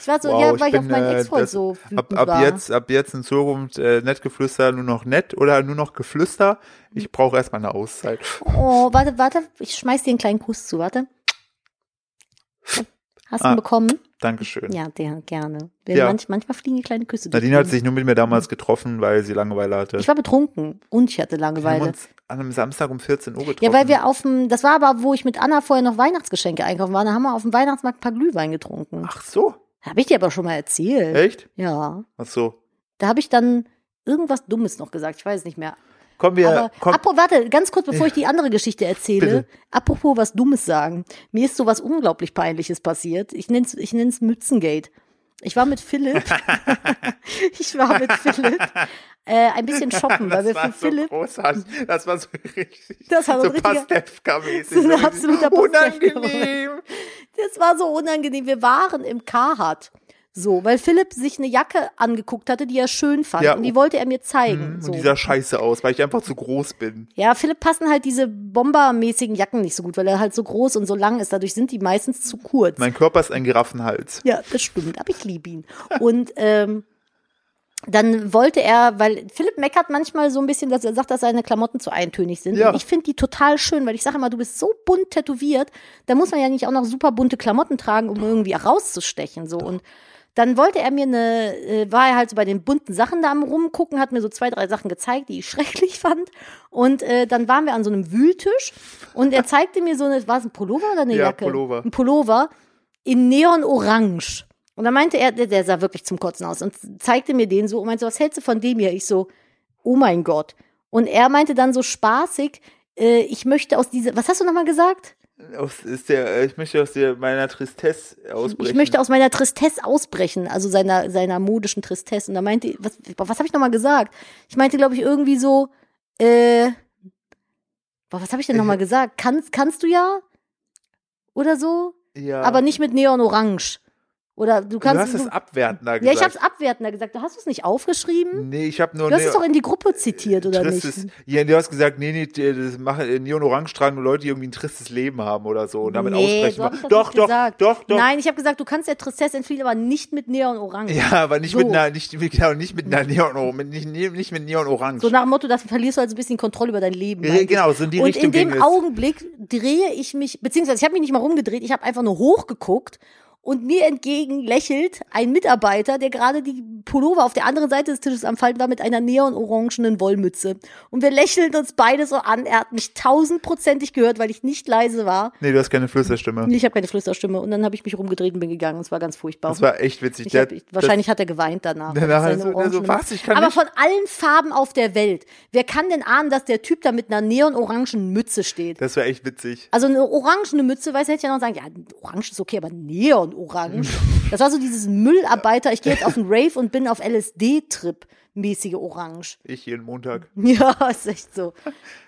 ich war so,
Wow,
ja, weil ich, auf
bin,
meinen
äh,
Ex-Freund
das-
so wütend
ab, ab
war.
jetzt, ab jetzt in Zukunft äh, nett geflüster, nur noch nett oder nur noch geflüster. Ich brauche erstmal eine Auszeit.
Oh, warte, warte, ich schmeiß dir einen kleinen Kuss zu, warte. Hast du
Ah.
ihn bekommen?
Dankeschön.
Ja, der, gerne. Wenn
Ja.
Manch, manchmal fliegen die kleine Küsse durch.
Nadine hat sich nur mit mir damals getroffen, weil sie Langeweile hatte.
ich war betrunken und ich hatte
Wir haben
Langeweile.
uns an einem Samstag um 14 Uhr getroffen.
Ja, weil wir auf dem, das war aber, wo ich mit Anna vorher noch Weihnachtsgeschenke einkaufen war, da haben wir auf dem Weihnachtsmarkt ein paar Glühwein getrunken.
Ach so,
Habe ich dir aber schon mal erzählt.
echt?
Ja.
Ach so.
Da habe ich dann irgendwas Dummes noch gesagt, ich weiß nicht mehr.
Kommen wir,
Aber
komm,
apro- warte, ganz kurz, bevor ich die andere Geschichte erzähle,
Bitte.
apropos was Dummes sagen. Mir ist sowas unglaublich Peinliches passiert. Ich nenn's, ich nenn's Mützengate. Ich war mit
[laughs]
Philipp. [laughs] ich war mit Philipp äh, ein bisschen shoppen, weil wir
das
für
war so
Philipp.
großartig. Das war so richtig.
[laughs] Das war so
so
ein richtiger-
Pastewka-mäßig.
So ein
richtig
absoluter Pastewka-Moment.
Unangenehm.
Das war so unangenehm. Wir waren im Carhartt. So, weil Philipp sich eine Jacke angeguckt hatte, die er schön fand.
Ja,
und die wollte er mir zeigen.
Mhm,
so.
Und dieser Scheiße aus, weil ich einfach zu groß bin.
Ja, Philipp passen halt diese bombermäßigen Jacken nicht so gut, weil er halt so groß und so lang ist. Dadurch sind die meistens zu kurz.
Mein Körper ist ein Giraffenhals.
ja, das stimmt, aber ich liebe ihn. Und ähm, dann wollte er, weil Philipp meckert manchmal so ein bisschen, dass er sagt, dass seine Klamotten zu eintönig sind.
Ja.
Und ich finde die total schön, weil ich sage immer, du bist so bunt tätowiert, da muss man ja nicht auch noch super bunte Klamotten tragen, um irgendwie rauszustechen. So. Und dann wollte er mir eine, äh, war er halt so bei den bunten Sachen da am rumgucken, hat mir so zwei, drei Sachen gezeigt, die ich [laughs] schrecklich fand. Und äh, dann waren wir an so einem Wühltisch und er zeigte mir so eine, war es ein Pullover oder eine
Ja,
Jacke?
Pullover.
Ein Pullover in Neon-Orange. Und dann meinte er, der, der sah wirklich zum Kotzen aus und zeigte mir den so und meinte so, was hältst du von dem hier? Ich so, oh mein Gott. Und er meinte dann so spaßig, äh, ich möchte aus dieser, was hast du nochmal gesagt?
Aus, ist der, äh, ich möchte aus der, meiner Tristesse ausbrechen.
Ich möchte aus meiner Tristesse ausbrechen, also seiner, seiner modischen Tristesse. Und da meinte, was, boah, was habe ich nochmal gesagt? Ich meinte, glaube ich, irgendwie so, äh, boah, was habe ich
[laughs]
denn nochmal gesagt? Kannst, kannst du ja? Oder so?
ja.
Aber nicht mit Neon-Orange. Oder du
Du
kannst.
hast es
du-
abwertender
ja,
gesagt.
ich hab's abwertender gesagt. Du hast es nicht aufgeschrieben?
Nee, ich habe nur. ne
Du hast
nee,
es doch in die Gruppe zitiert, oder
tristes,
nicht?
Ja, du hast gesagt, nee, nee, das machen äh, Neon Orange tragen nur Leute, die irgendwie ein tristes Leben haben oder so und damit ausbrechen.
so hab ich das
doch,
nicht
doch,
gesagt.
doch, doch.
Nein, ich habe gesagt, du kannst der Tristesse entfliehen, aber nicht mit Neon Orange.
Ja, aber nicht mit
So.
einer, nicht, mit- genau, nicht mit einer Neon, mit, nicht, nicht mit Neon Orange.
So nach dem Motto, dann verlierst du also ein bisschen Kontrolle über dein Leben.
Ja,
eigentlich.
genau, so in die
Und
Richtung
in dem
ging es.
Augenblick drehe ich mich, beziehungsweise ich habe mich nicht mal rumgedreht, ich habe einfach nur hochgeguckt und mir entgegen lächelt ein Mitarbeiter, der gerade die Pullover auf der anderen Seite des Tisches am Falten war mit einer neonorangenen Wollmütze. Und wir lächeln uns beide so an. Er hat mich tausendprozentig gehört, weil ich nicht leise war.
nee, du hast keine Flüsterstimme.
Ich habe keine Flüsterstimme. Und dann habe ich mich rumgedreht und bin gegangen. Es war ganz furchtbar.
Das war echt witzig.
Ich
Der
hab,
hat-
ich, wahrscheinlich hat er geweint danach.
Danach
weil
hat er
seine
so-
orange
so,
Nummer-
was, ich kann
Aber
nicht-
von allen Farben auf der Welt. Wer kann denn ahnen, dass der Typ da mit einer neonorangen Mütze steht?
das, das war echt witzig.
Also eine orangene Mütze, weiß hätte ich ja noch sagen, ja, orange ist okay,
[laughs]
aber neonorange. Das war so dieses Müllarbeiter, ich gehe jetzt auf den Rave und bin auf LSD-Trip mäßige Orange. [laughs]
Ich jeden Montag.
Ja, ist echt so.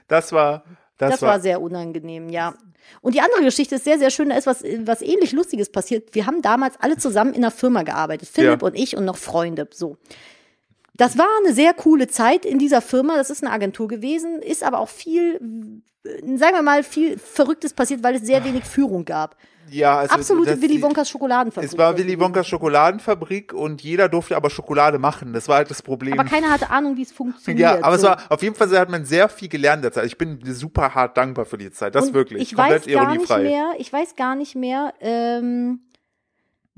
Das war, das,
Das, war, sehr unangenehm, ja. Und die andere Geschichte ist sehr, sehr schön. Da ist was, was ähnlich Lustiges passiert. Wir haben damals alle zusammen in einer Firma gearbeitet. Philipp
Ja.
und ich und noch Freunde. So. Das war eine sehr coole Zeit in dieser Firma. Das ist eine Agentur gewesen, ist aber auch viel, äh, sagen wir mal, viel Verrücktes passiert, weil es sehr wenig Führung gab.
ja, also,
Absolute
das-
Willy Wonkas Schokoladenfabrik.
Es war Willy Wonkas Schokoladenfabrik und jeder durfte aber Schokolade machen. Das war halt das Problem.
Aber keiner hatte Ahnung, wie es funktioniert.
ja, aber es
so.
war auf jeden Fall hat man sehr viel gelernt derzeit. Ich bin super hart dankbar für die Zeit. Das
Und
wirklich.
Ich
Komplett
weiß gar nicht
ironiefrei.
mehr, ich weiß gar nicht mehr, ähm,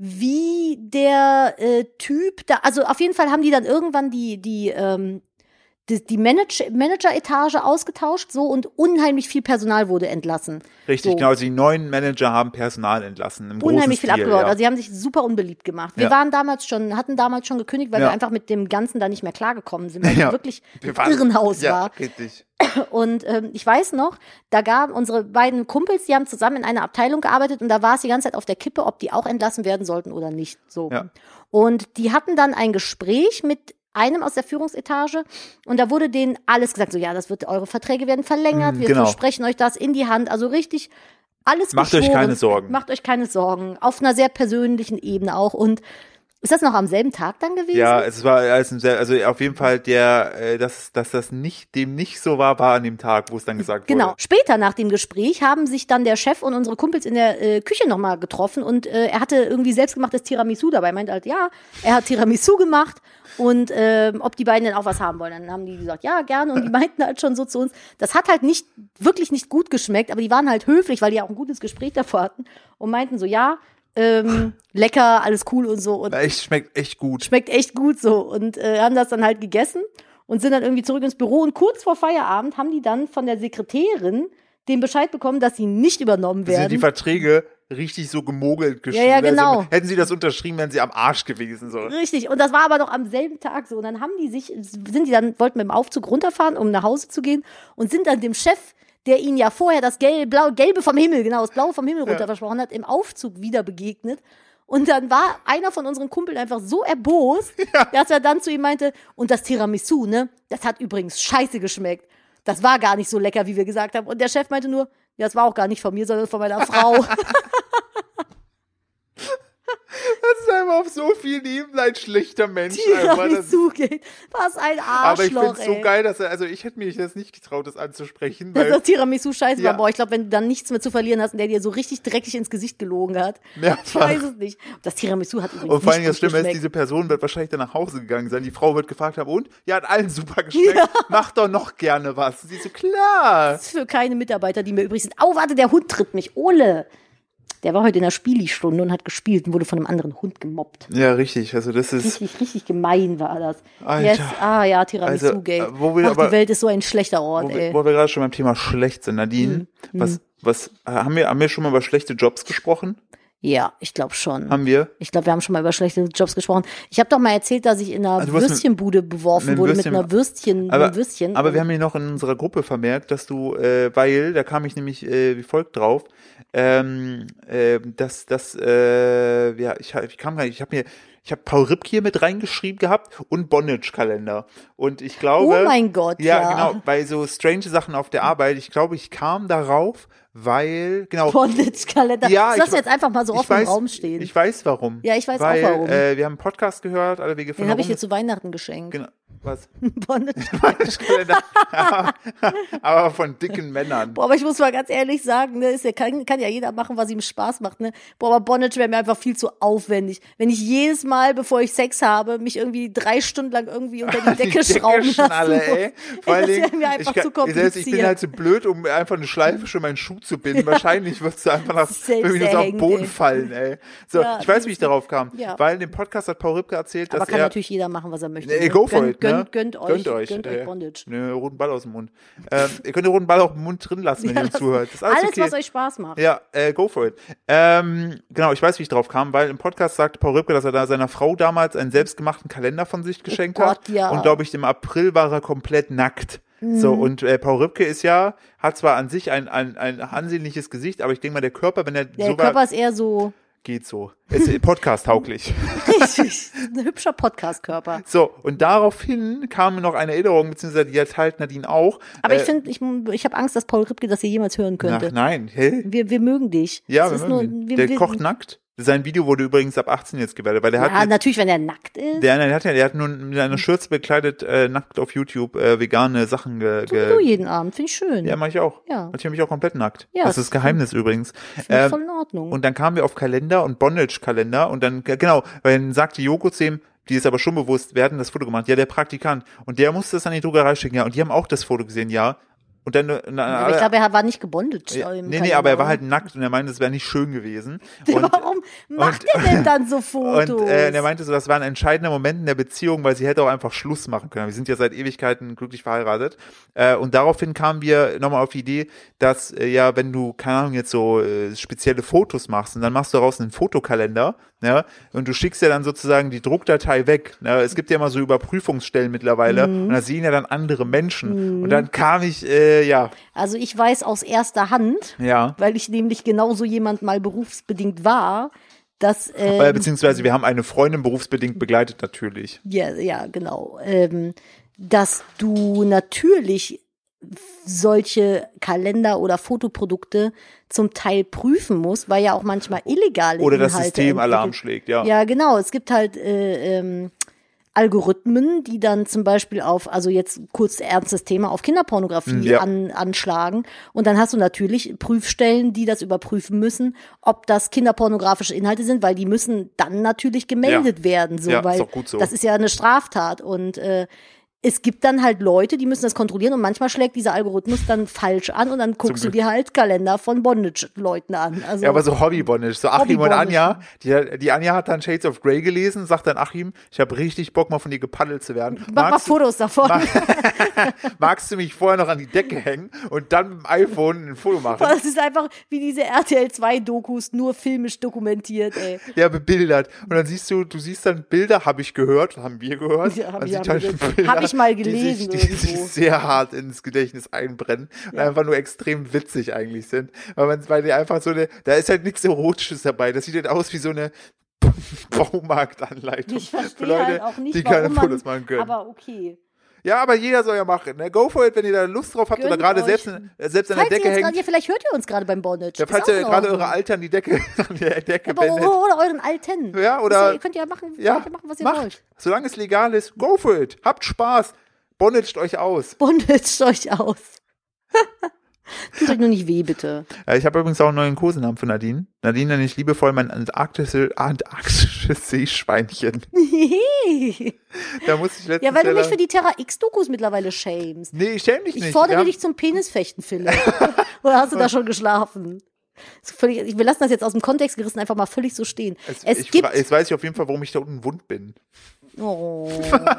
wie der äh, Typ da, also auf jeden Fall haben die dann irgendwann die, die, ähm, die, die Manage- Manager-Etage ausgetauscht, so und unheimlich viel Personal wurde entlassen.
Richtig,
so.
genau. Also die neuen Manager haben Personal entlassen. Im
Unheimlich viel
großen Stil,
abgebaut.
Ja.
Also sie haben sich super unbeliebt gemacht. Wir
Ja.
waren damals schon, hatten damals schon gekündigt, weil
Ja.
wir einfach mit dem Ganzen da nicht mehr klargekommen sind, weil
[laughs] Ja.
es wirklich
[laughs] Wir
ein
waren-
Irrenhaus
ja,
war.
Richtig.
Und ähm, ich weiß noch, da gab unsere beiden Kumpels, die haben zusammen in einer Abteilung gearbeitet und da war es die ganze Zeit auf der Kippe, ob die auch entlassen werden sollten oder nicht. So.
Ja.
Und die hatten dann ein Gespräch mit einem aus der Führungsetage und da wurde denen alles gesagt, so ja, das wird, eure Verträge werden verlängert,
Mm,
wir
genau.
versprechen euch das in die Hand, also richtig alles
Macht euch
geschworen.
keine Sorgen.
Macht euch keine Sorgen, auf einer sehr persönlichen Ebene auch und ist das noch am selben Tag dann gewesen?
Ja, es war alles im sel- also auf jeden Fall der, äh, dass, dass das nicht dem nicht so war, war an dem Tag, wo es dann gesagt
Genau.
wurde.
Später nach dem Gespräch haben sich dann der Chef und unsere Kumpels in der äh, Küche nochmal getroffen und äh, er hatte irgendwie selbstgemachtes Tiramisu dabei. Er meinte halt, ja, er hat Tiramisu gemacht und ähm, ob die beiden denn auch was haben wollen. Dann haben die gesagt, ja, gerne. Und die meinten halt schon so zu uns, das hat halt nicht, wirklich nicht gut geschmeckt, aber die waren halt höflich, weil die auch ein gutes Gespräch davor hatten und meinten so, ja, ähm, lecker, alles cool und so. Und
Echt, schmeckt echt gut.
schmeckt echt gut so und äh, haben das dann halt gegessen und sind dann irgendwie zurück ins Büro und kurz vor Feierabend haben die dann von der Sekretärin den Bescheid bekommen, dass sie nicht übernommen
Sind die
werden.
Verträge richtig so gemogelt geschrieben?
ja, genau.
Also, hätten sie das unterschrieben, wären sie am Arsch gewesen. So.
Richtig, und das war aber noch am selben Tag so. Und dann haben die sich, sind die dann, wollten mit dem Aufzug runterfahren, um nach Hause zu gehen, und sind dann dem Chef, der ihnen ja vorher das Gel, Blau, Gelbe vom Himmel, genau, das Blaue vom Himmel runter versprochen hat, im Aufzug wieder begegnet. Und dann war einer von unseren Kumpeln einfach
[laughs]
so erbost, dass er dann zu ihm meinte, und das Tiramisu, ne, das hat übrigens scheiße geschmeckt. Das war gar nicht so lecker, wie wir gesagt haben. Und der Chef meinte nur, ja, das war auch gar nicht von mir, sondern
[laughs]
von meiner Frau.
Das ist einfach auf so viel Leben ein schlechter Mensch. einfach. Das,
Tiramisu geht. Was ein Arschloch,
aber ich finde es
ey.
so geil, dass er, also ich hätte mir das nicht getraut, das anzusprechen,
Dass
weil
das Tiramisu scheiße
Ja.
war. Boah, ich glaube, wenn du dann nichts mehr zu verlieren hast und der dir so richtig dreckig ins Gesicht gelogen hat. Ich
mehrfach.
weiß es nicht. Das Tiramisu hat übrigens
Und vor allem
nicht
das
gut
Schlimme ist,
geschmeckt.
diese Person wird wahrscheinlich dann nach Hause gegangen sein. Die Frau wird gefragt haben, und? Ja, hat allen super geschmeckt. Mach doch noch gerne was. Und sie so, klar.
Das ist für keine Mitarbeiter, die mir übrig sind. Au, warte, der Hund tritt mich. Ole! Der war heute in der Spielistunde und hat gespielt und wurde von einem anderen Hund gemobbt.
Ja, richtig. Also das ist,
Richtig, richtig gemein war das.
Alter.
Yes. Ah ja, Tiramisu-Gate.
Also, äh, wo wir
Ach,
aber-
die Welt ist so ein schlechter Ort,
wo wir,
ey. Mhm.
wo wir gerade schon beim Thema schlecht sind. Nadine, was, was, äh, haben wir, haben wir schon mal über schlechte Jobs gesprochen?
Ja, ich glaube schon.
Haben wir?
Ich glaube, wir haben schon mal über schlechte Jobs gesprochen. Ich habe doch mal erzählt, dass ich in einer
Also du hast mit-
Würstchenbude
mit
beworfen
dem
wurde
Würstchen-
mit einer Würstchen,
Aber,
einem Würstchen.
aber wir haben hier noch in unserer Gruppe vermerkt, dass du, äh, weil, da kam ich nämlich äh, wie folgt drauf, ähm, äh, dass, dass, äh, ja, ich, hab- ich kam gar nicht, ich habe mir, ich habe Paul Ripke hier mit reingeschrieben gehabt und Bonnage-Kalender. Und ich glaube.
Oh mein Gott, ja.
genau, bei so strange Sachen auf der Arbeit, ich glaube, ich kam darauf, weil, genau.
Pornwitz-Kalender.
Ja,
das
ich
lassen wir
wa-
jetzt einfach mal so
ich
offen im
weiß-
Raum stehen.
Ich weiß warum.
Ja, ich weiß auch
weil,
warum.
Äh, wir haben einen Podcast gehört, alle Wege von
Den habe ich
der
dir zu Weihnachten geschenkt. [laughs]
Genau. Was?
Pornwitz-Kalender.
[laughs] Aber von dicken Männern.
Boah, aber ich muss mal ganz ehrlich sagen, ne, ist ja, kann, kann ja jeder machen, was ihm Spaß macht. Ne? Boah, aber Bondage wäre mir einfach viel zu aufwendig. Wenn ich jedes Mal, bevor ich Sex habe, mich irgendwie drei Stunden lang irgendwie unter
[laughs]
die Decke schrauben lassen muss.
ey. Vor
Ey,
allen Dingen,
das wäre mir einfach
ich, kann-
zu
ich selbst, ich bin
kompliziert.
halt zu blöd, um einfach eine Schleife schon meinen Schuh zu
[laughs]
binden. Wahrscheinlich würdest du einfach nach
Selbst
fünf Minuten auf den
erhängt,
Boden
ey.
fallen, ey. So,
Ja,
ich weiß, wie ich darauf kam.
Ja.
Weil in dem Podcast hat Paul Ripke erzählt,
aber
dass
kann
er...
natürlich jeder machen, was er möchte.
Nee, go for
gönnt,
it, ne?
Gönnt, gönnt euch,
Gönnt euch, äh,
Bondage.
Nö, roten Ball aus dem Mund. Ähm, ihr könnt den roten Ball auch im Mund drin
[laughs]
lassen, wenn ihr uns zuhört. Das ist alles,
Alles,
okay.
was euch Spaß macht.
Ja, äh, go for it. Ähm, genau, ich weiß, wie ich drauf kam, weil im Podcast sagte Paul Rübke, dass er da seiner Frau damals einen selbstgemachten Kalender von sich geschenkt
Oh Gott,
hat.
ja. Mhm.
Und glaube ich, im April war er komplett nackt. So, und äh, Paul Rübke ist ja, hat zwar an sich ein, ein, ein ansehnliches Gesicht, aber ich denke mal, der Körper, wenn er
Der
so
Körper
war,
ist eher
[laughs]
so [laughs]
geht so. Ist [laughs] podcast-tauglich.
richtig ein hübscher Podcast-Körper.
so, und daraufhin kam noch eine Erinnerung, beziehungsweise die teilt Nadine auch.
Aber
Äh,
ich finde, ich, ich habe Angst, dass Paul Ripke das hier jemals hören
ach,
könnte.
nein, hä?
Wir, wir mögen dich.
Ja,
Es
wir
ist
mögen ihn.
nur- wir-
der
wir-
kocht nackt. Sein Video wurde übrigens ab 18 jetzt gewertet, weil der hat
Ja,
jetzt
natürlich, wenn er nackt ist.
Der, der hat ja, der hat nun mit einer
Mhm.
Schürze bekleidet, äh, nackt auf YouTube äh, vegane Sachen ge.
du
ge
jeden Abend, finde ich schön.
äh, ja,
Ja,
mach ich auch.
Ja.
Mach ich mich auch komplett nackt.
Ja,
das
das
ist Geheimnis übrigens.
finde ich
Ähm,
voll in Ordnung.
und dann kamen wir auf Kalender und Bondage-Kalender und dann, genau, weil dann sagte Joko zu ihm, die ist aber schon bewusst, wer hat denn das Foto gemacht? Ja, der Praktikant. Und der musste das an die Druckerei schicken, ja. Und die haben auch das Foto gesehen, ja. Und dann, und dann
aber ich glaube, er war nicht ähm, gebondet.
ja,
im
nee, nee,
Kalender,
aber er war
oder? [laughs]
halt nackt und er meinte, es wäre nicht schön gewesen. Und,
Warum macht er
[laughs]
denn dann so Fotos?
Und äh, und er meinte so, das war ein entscheidender Moment in der Beziehung, weil sie hätte auch einfach Schluss machen können. Wir sind ja seit Ewigkeiten glücklich verheiratet. Äh, und daraufhin kamen wir nochmal auf die Idee, dass äh, ja, wenn du, keine Ahnung, jetzt so äh, spezielle Fotos machst und dann machst du daraus einen Fotokalender, ne? Und du schickst ja dann sozusagen die Druckdatei weg. Ne? Es gibt ja immer so Überprüfungsstellen mittlerweile
Mhm.
und da sehen ja dann andere Menschen. Und dann kam ich, äh, ja,
also ich weiß aus erster Hand,
ja.
weil ich nämlich genauso jemand mal berufsbedingt war, dass ähm,
Äh, Beziehungsweise wir haben eine Freundin berufsbedingt begleitet natürlich.
Ja, ja, genau. Ähm, dass du natürlich solche Kalender oder Fotoprodukte zum Teil prüfen musst, weil ja auch manchmal illegale
Oder das
Inhalte
System Alarm
entwickelt-
schlägt,
Ja, genau. Es gibt halt äh, ähm, Algorithmen, die dann zum Beispiel auf, also jetzt kurz ernstes Thema, auf Kinderpornografie
Hm, Ja.
an, anschlagen. Und dann hast du natürlich Prüfstellen, die das überprüfen müssen, ob das kinderpornografische Inhalte sind, weil die müssen dann natürlich gemeldet
Ja.
werden. So,
Ja, ist
weil
auch gut so.
das ist ja eine Straftat. Und äh, es gibt dann halt Leute, die müssen das kontrollieren und manchmal schlägt dieser Algorithmus dann falsch an und dann guckst du
Glück.
dir halt Kalender von Bondage-Leuten an. Also,
Ja, aber so Hobbybondisch. So Achim und
Hobbybondisch. ne?
Anja. Die, die Anja hat dann Shades of Grey gelesen, sagt dann Achim, ich habe richtig Bock, mal von dir gepaddelt zu werden.
mach mal
Magst,
Fotos davon.
magst du mich vorher noch an die Decke hängen und dann mit dem iPhone ein Foto machen?
Boah, das ist einfach wie diese RTL 2 Dokus, nur filmisch
[laughs]
dokumentiert, ey.
Ja, bebildert. Und dann siehst du, du siehst dann Bilder, habe ich gehört, haben wir gehört.
Ja, hab
Man
ich-
sieht
hab
halt
ich-
Bilder,
hab ich mal
Die sich,
gelesen
die sich
irgendwo.
sehr hart ins Gedächtnis einbrennen und einfach nur extrem witzig eigentlich sind. Weil man, weil die einfach so eine, da ist halt nichts Erotisches dabei. Das sieht halt aus wie so eine [laughs] Baumarktanleitung.
Ich verstehe
für Leute,
halt auch nicht,
die
warum
keine
man,
Fotos machen können.
Aber okay.
Ja, aber jeder soll ja machen. Ne? Go for it, wenn ihr da Lust drauf habt oder
Gönnt
gerade
euch.
selbst, in- äh, selbst an der
Falls ihr
Decke
jetzt gerade,
hängt.
ja, vielleicht hört ihr uns gerade beim Bondage.
Ja,
Ist
falls
auch in
ihr gerade
Ordnung.
eure Eltern die Decke [laughs] an der Decke
aber, oh,
bändet.
oder euren Alten.
Ja,
Ist
oder-
Ihr könnt ja machen,
Ja,
könnt ihr machen was ihr
macht.
wollt.
Solange es legal ist, go for it. Habt Spaß. Bondaged euch aus.
Bondage [laughs] euch aus. Tut euch nur nicht weh, bitte.
Äh, Ich habe übrigens auch einen neuen Kosenamen für Nadine. Nadine nenne ich liebevoll mein antarktische, antarktisches [laughs] Seeschweinchen.
ja,
Da muss ich letztens
weil du
leider-
mich für die Terra X-Dokus mittlerweile schämst.
Nee, ich schäme mich
Ich
nicht.
fordere
Wir haben-
dich zum
[laughs]
Penisfechten, Philipp. Oder hast du da schon geschlafen? Ist völlig, wir lassen das jetzt aus dem Kontext gerissen einfach mal völlig so stehen.
Es,
Es,
ich,
gibt.
fra- Jetzt weiß ich auf jeden Fall, warum ich da unten wund bin.
Oh,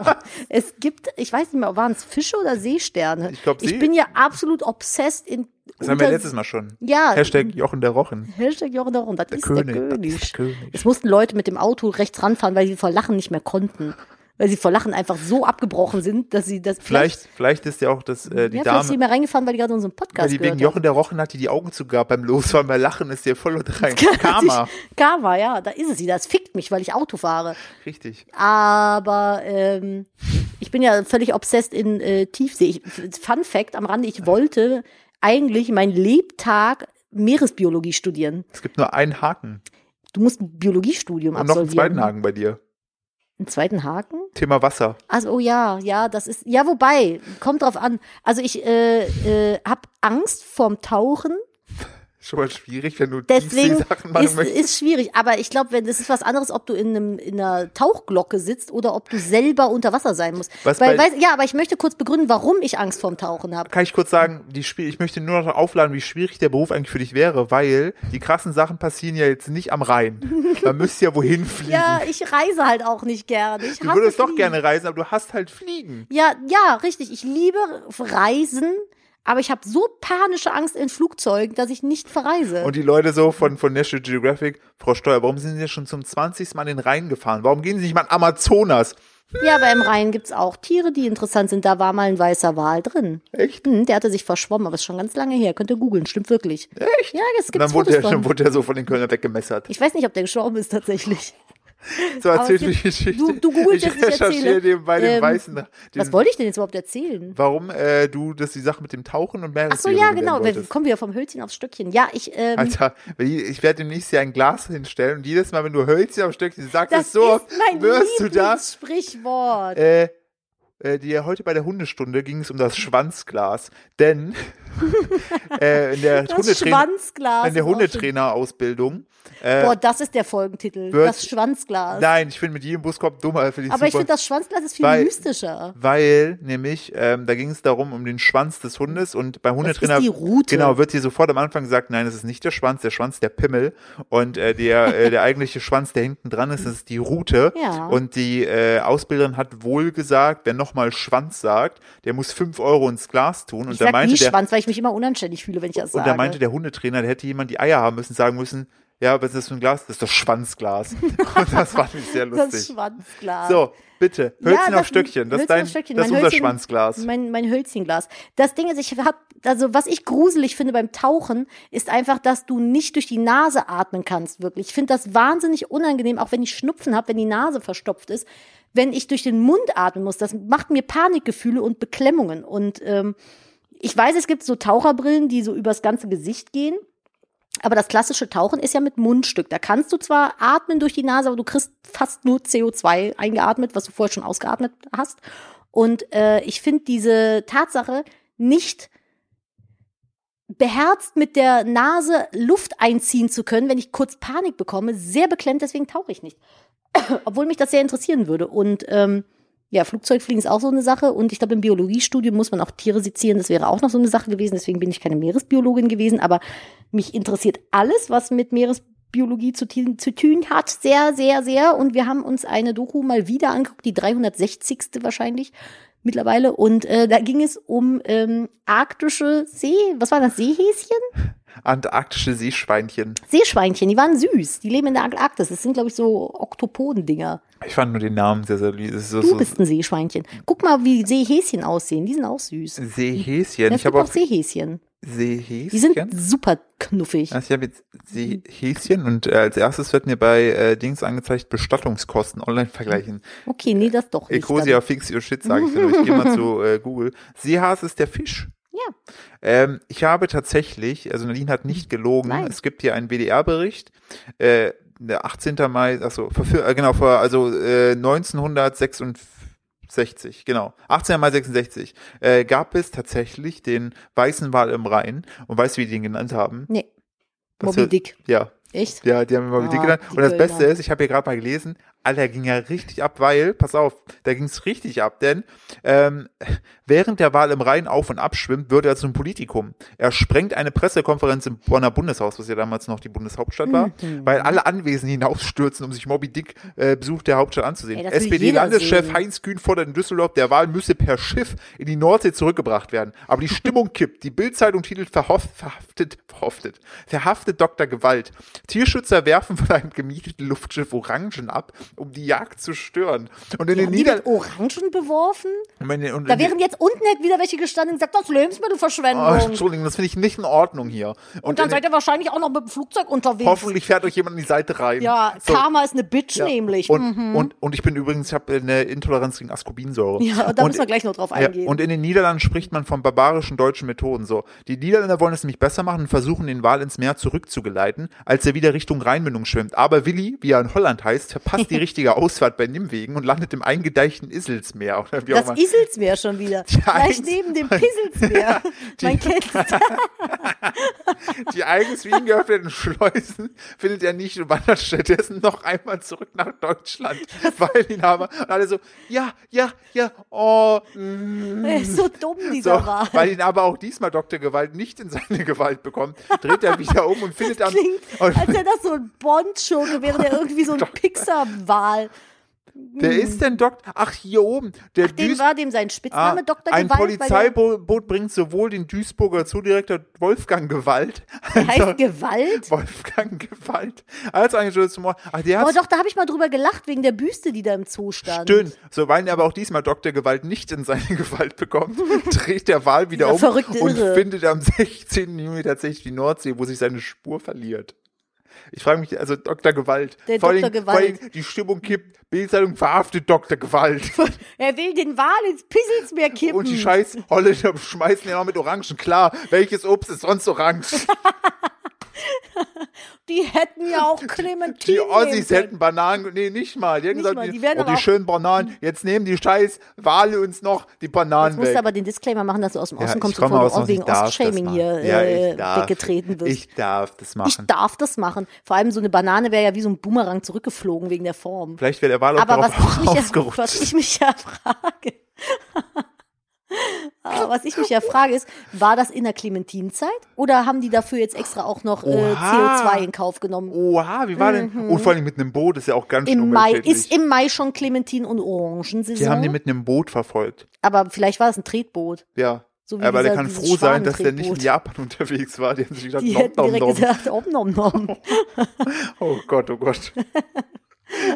[laughs] es gibt, ich weiß nicht mehr, waren es Fische oder Seesterne?
Ich glaub, See-
ich bin ja absolut obsessed in.
Das haben wir
unter-
letztes Mal schon.
Ja.
Hashtag Jochen der Rochen.
Hashtag Jochen darum, das ist
König,
der
das
König.
ist der König.
Es mussten Leute mit dem Auto rechts ranfahren, weil sie vor Lachen nicht mehr konnten. Weil sie vor Lachen einfach so abgebrochen sind, dass sie das.
Vielleicht, vielleicht ist ja auch das, äh, die
ja, vielleicht
Dame.
ist sie mehr reingefahren, weil die gerade unseren
Weil
Podcast
die wegen
gehört haben.
Jochen der Rochen hat die die Augen zugab beim Losfahren, bei Lachen ist dir voll und
[laughs]
rein. Karma.
Ich- Karma, ja, da ist es sie. Das fickt mich, weil ich Auto fahre.
Richtig.
Aber ähm, ich bin ja völlig obsessed in äh, Tiefsee. Ich, Fun Fact am Rande, ich wollte eigentlich meinen Lebtag Meeresbiologie studieren.
Es gibt nur einen Haken
Du musst ein
und
Biologiestudium
noch einen
absolvieren.
zweiten Haken bei dir.
Einen zweiten Haken?
Thema Wasser.
Also, oh ja, ja, das ist, ja, wobei, kommt drauf an. Also, ich äh, äh, habe Angst vorm Tauchen,
Schon mal schwierig, wenn du
deswegen
die Sachen machen
ist,
möchtest.
ist schwierig. Aber ich glaube, wenn das ist was anderes, ob du in, einem, in einer Tauchglocke sitzt oder ob du selber unter Wasser sein musst.
Was
Weil,
bei-
weiß, ja, aber ich möchte kurz begründen, warum ich Angst vorm Tauchen habe.
Kann ich kurz sagen, die Spiel, ich möchte nur noch aufladen, wie schwierig der Beruf eigentlich für dich wäre, weil die krassen Sachen passieren ja jetzt nicht am Rhein. Man müsste ja wohin fliegen. [laughs]
[laughs] Ja, ich reise halt auch nicht gerne. Ich
du
hasse
würdest doch
Fliegen.
gerne reisen, aber du hast halt Fliegen.
Ja, ja, richtig. Ich liebe Reisen, aber ich habe so panische Angst in Flugzeugen, dass ich nicht verreise.
Und die Leute so von, von National Geographic, Frau Steuer, warum sind Sie schon zum 20. Mal in den Rhein gefahren? Warum gehen Sie nicht mal in Amazonas?
ja, aber im Rhein gibt's auch Tiere, die interessant sind. Da war mal ein weißer Wal drin.
Echt?
Hm, der hatte sich verschwommen, aber ist schon ganz lange her. Könnt ihr googeln, stimmt wirklich. Echt? Ja, es
Und
gibt
dann wurde
Fotos
er, dann [laughs]
von.
wurde er so von den Kölnern weggemessert.
Ich weiß nicht, ob der gestorben ist tatsächlich.
So
Aber es
erzählt die
gibt-
Geschichte.
du- du googelst
ich
jetzt, ich erzähle.
recherchiere nebenbei den
Ähm,
weißen. [laughs] Den,
Was wollte ich denn jetzt überhaupt erzählen?
Warum äh, du das die Sache mit dem Tauchen und
Ach so,
Meeresbiologie
ja,
lernen
genau. Wir
wolltest.
kommen wieder vom Hölzchen aufs Stöckchen. Ja, ich, ähm,
Alter, wenn ich ich werde demnächst hier ein Glas hinstellen und jedes Mal, wenn du Hölzchen am Stöckchen sagst,
das
ist so,
ist mein
wirst du da.
Lieblingssprichwort.
Äh, äh, die heute bei der Hundestunde ging es um das Schwanzglas,
[laughs]
denn äh, in der
das
Hundetrainer,
Schwanzglas.
in der
ist auch schon
Hundetrainerausbildung. Äh,
Boah, das ist der Folgentitel.
Wird-
das Schwanzglas.
nein, ich finde mit jedem Buskorb dummer. Find ich
Aber ich
super.
finde, das Schwanzglas ist viel
Weil-
mystischer.
Weil nämlich, ähm, da ging es darum, um den Schwanz des Hundes und bei Hundetrainer.
ist die Rute.
Genau, wird dir sofort am Anfang gesagt, nein, es ist nicht der Schwanz, der Schwanz, der Pimmel. Und äh,
[laughs]
der, äh, der eigentliche Schwanz, der hinten dran ist, ist die Rute.
Ja.
Und die äh, Ausbilderin hat wohl gesagt, wer nochmal Schwanz sagt, der muss fünf Euro ins Glas tun. Und
Ich
da
sag nie
meinte der,
Schwanz, weil ich mich immer unanständig fühle, wenn ich das
und
sage.
da meinte der Hundetrainer, der hätte jemand die Eier haben müssen, sagen müssen, ja, was ist das für ein Glas? Das ist das
[laughs]
Schwanzglas. und das fand ich sehr
das
lustig.
Schwanzglas.
So, bitte, Hölzchen
das-
auf Stöckchen. Das
Hölzchen
ist dein,
auf Stöckchen.
das ist
Mein
unser
Hölzchen-
Schwanzglas.
Mein, mein Hölzchenglas. Das Ding ist, ich hab, also was ich gruselig finde beim Tauchen, ist einfach, dass du nicht durch die Nase atmen kannst, wirklich. Ich finde das wahnsinnig unangenehm, auch wenn ich Schnupfen habe, wenn die Nase verstopft ist, wenn ich durch den Mund atmen muss. Das macht mir Panikgefühle und Beklemmungen. Und ähm, ich weiß, es gibt so Taucherbrillen, die so übers ganze Gesicht gehen. Aber das klassische Tauchen ist ja mit Mundstück. Da kannst du zwar atmen durch die Nase, aber du kriegst fast nur CO2 eingeatmet, was du vorher schon ausgeatmet hast. Und äh, ich finde diese Tatsache nicht beherzt mit der Nase Luft einziehen zu können, wenn ich kurz Panik bekomme, sehr beklemmt, deswegen tauche ich nicht. [coughs] Obwohl mich das sehr interessieren würde. Und ähm, ja, Flugzeugfliegen ist auch so eine Sache. Und ich glaube, im Biologiestudium muss man auch Tiere sezieren. Das wäre auch noch so eine Sache gewesen. Deswegen bin ich keine Meeresbiologin gewesen. Aber mich interessiert alles, was mit Meeresbiologie zu, tun- zu tun hat. Sehr, sehr, sehr. Und wir haben uns eine Doku mal wieder angeguckt, die 360. wahrscheinlich mittlerweile. Und äh, da ging es um ähm, arktische See, was war das, Seehäschen?
Antarktische Seeschweinchen.
Seeschweinchen, die waren süß. Die leben in der Antarktis. Das sind, glaube ich, so Oktopodendinger.
Ich fand nur den Namen sehr, sehr lieb. Es ist so,
Du
so
bist ein Seeschweinchen. Guck mal, wie Seehäschen aussehen. Die sind auch süß.
Seehäschen.
Ja, es
ich
gibt
habe
auch
auch
Seehäschen. Die sind
Seehäschen.
super knuffig.
Also ich habe jetzt Seehäschen und äh, als erstes wird mir bei äh, Dings angezeigt Bestattungskosten online vergleichen.
Okay, nee, das doch nicht.
Ecosia Äh, fix your shit, sage ich dir. Ich gehe mal zu äh, Google. Seehase ist der Fisch.
Ja.
Ähm, ich habe tatsächlich, also Nadine hat nicht gelogen,
Nein.
es gibt hier einen WDR-Bericht, äh, der 18. Mai, achso, verfü- äh, genau, vor, also äh, 1966, genau, 18. Mai 66, äh, gab es tatsächlich den Weißen Wal im Rhein und weißt du, wie die den genannt haben?
Nee.
Das
Moby
wird-
Dick.
Ja,
Echt?
ja, die haben immer mit
Ah,
Dick genannt.
die
Und das
Kölner.
Beste ist, ich habe hier gerade mal gelesen, Alter, ging ja richtig ab, weil, pass auf, da ging es richtig ab, denn ähm, während der Wahl im Rhein auf und ab schwimmt, wird er zum Politikum. Er sprengt eine Pressekonferenz im Bonner Bundeshaus, was ja damals noch die Bundeshauptstadt war,
Mhm.
weil alle Anwesenden hinausstürzen, um sich Moby Dick äh, Besuch der Hauptstadt anzusehen.
Ey, das will
SPD-Landeschef
jeder sehen.
Heinz Kühn fordert in Düsseldorf, der Wahl müsse per Schiff in die Nordsee zurückgebracht werden. Aber die
[laughs]
Stimmung kippt. Die Bild-Zeitung titelt verhofft, verhaftet, verhaftet, verhaftet Dr. Gewalt. Tierschützer werfen von einem gemieteten Luftschiff Orangen ab, um die Jagd zu stören. Und in den
Die haben die mit
Niederlanden.
Orangen beworfen?
und
Da
in den-
wären jetzt unten wieder welche gestanden und gesagt, das Lebensmittel
Oh,
verschwenden. und
Entschuldigung, das finde ich nicht in Ordnung hier. Und,
dann
in-
seid ihr wahrscheinlich auch noch mit dem Flugzeug unterwegs.
hoffentlich fährt euch jemand an die Seite rein.
Ja,
So,
Karma ist eine Bitch
ja.
nämlich. Mhm.
Und, und, und ich bin übrigens, ich habe eine Intoleranz gegen Ascorbinsäure.
ja, da müssen wir gleich noch drauf
Ja,
eingehen.
und in den Niederlanden spricht man von barbarischen deutschen Methoden so. Die Niederländer wollen es nämlich besser machen und versuchen, den Wal ins Meer zurückzugeleiten, als er wieder Richtung Rheinmündung schwimmt. Aber Willi, wie er in Holland heißt,
[laughs]
verpasst die richtige Ausfahrt bei Nimwegen und landet im eingedeichten Iselsmeer. Oder wie auch
das
immer.
Iselsmeer schon wieder. Gleich
eins- [laughs]
neben dem Pisselsmeer.
die- [laughs]
Man kennt
Die eigens wie ihn
[laughs]
geöffneten Schleusen findet er nicht und wandert stattdessen noch einmal zurück nach Deutschland, weil ihn haben und alle so, ja, ja, ja, oh, mm.
Er [laughs] ist so dumm, [laughs]
so,
dieser Wal.
weil ihn aber auch diesmal Dr. Gewalt nicht in seine Gewalt bekommt, dreht er wieder um und findet am
Klingt,
und
als wäre das so ein Bond-Schurke, wäre der
[laughs]
irgendwie so ein Pixar-Wal.
wer ist denn Doktor? Ach, hier oben, der
Dem
Duisburg.
war dem sein Spitzname Dr.
Ah, ein
Gewalt, weil
Polizeiboot bringt sowohl den Duisburger Zudirektor Wolfgang Gewalt [laughs]
der [laughs] heißt Gewalt.
Wolfgang Gewalt als Angeschuldigter. Ach, Ah, der hat
Aber doch, da habe ich mal drüber gelacht, wegen der Büste, die da im Zoo stand.
Stimmt. So, weil er aber auch diesmal Dr. Gewalt nicht in seine [laughs] Gewalt
[laughs]
bekommt, dreht der Wal wieder
Dieser
um
verrückte
und
Irre.
findet am [laughs] 16. Juni tatsächlich die Nordsee, wo sich seine Spur verliert. Ich frage mich, also Dr. Gewalt.
Der
vor allen
Dr.
Dingen-
Gewalt.
Vor allen Dingen, die Stimmung kippt, Bildzeitung verhaftet Dr. Gewalt.
Er will den Wal ins Pisselsmeer kippen.
Und die scheiß Holländer schmeißen ja noch mit Orangen. Klar, welches Obst ist sonst
[laughs]
orange?
Die hätten ja auch
Die
Clementine nehmen
Ossis
können.
hätten Bananen, nee, nicht mal. Die hätten
Nicht
gesagt,
mal,
die,
die werden
oh,
aber
die
auch-
schönen Bananen, jetzt nehmen die scheiß Wale uns noch die
Jetzt
Bananen
musst
weg.
du aber den Disclaimer machen, dass du aus dem Osten
ich
kommst,
komme
bevor
aus
du auch
Ost, ich
wegen
darf das
Ostschaming
machen.
hier
Ja,
äh,
ich darf.
weggetreten wirst.
Ich darf das
Ich
machen.
darf das machen. Vor allem so eine Banane wäre ja wie so ein Boomerang zurückgeflogen wegen der Form.
Vielleicht wäre der Wahl auch
Aber
darauf
was ich, mich ja,
ausgerutscht.
was ich mich ja frage, [laughs] Ah, was ich mich ja frage ist, war das in der Clementinzeit oder haben die dafür jetzt extra auch noch äh,
Oha.
CO2 in Kauf genommen?
Oha, wie war denn? Und vor allem mit einem Boot ist ja auch ganz schön
Im Mhm. Mai
umweltschädlich.
ist im Mai schon Clementin und
Die haben den
Orangensaison,
mit einem Boot verfolgt.
aber vielleicht war es ein Tretboot.
Ja.
So wie
Aber der
dieser-
kann
dieses
froh sein, dass der nicht in
Schwanentretboot.
Japan [laughs] unterwegs war. Die haben sich gedacht,
Die
nom,
hätten
nom,
direkt
nom.
gesagt, om nom nom.
Oh Gott, oh
[laughs]
Gott.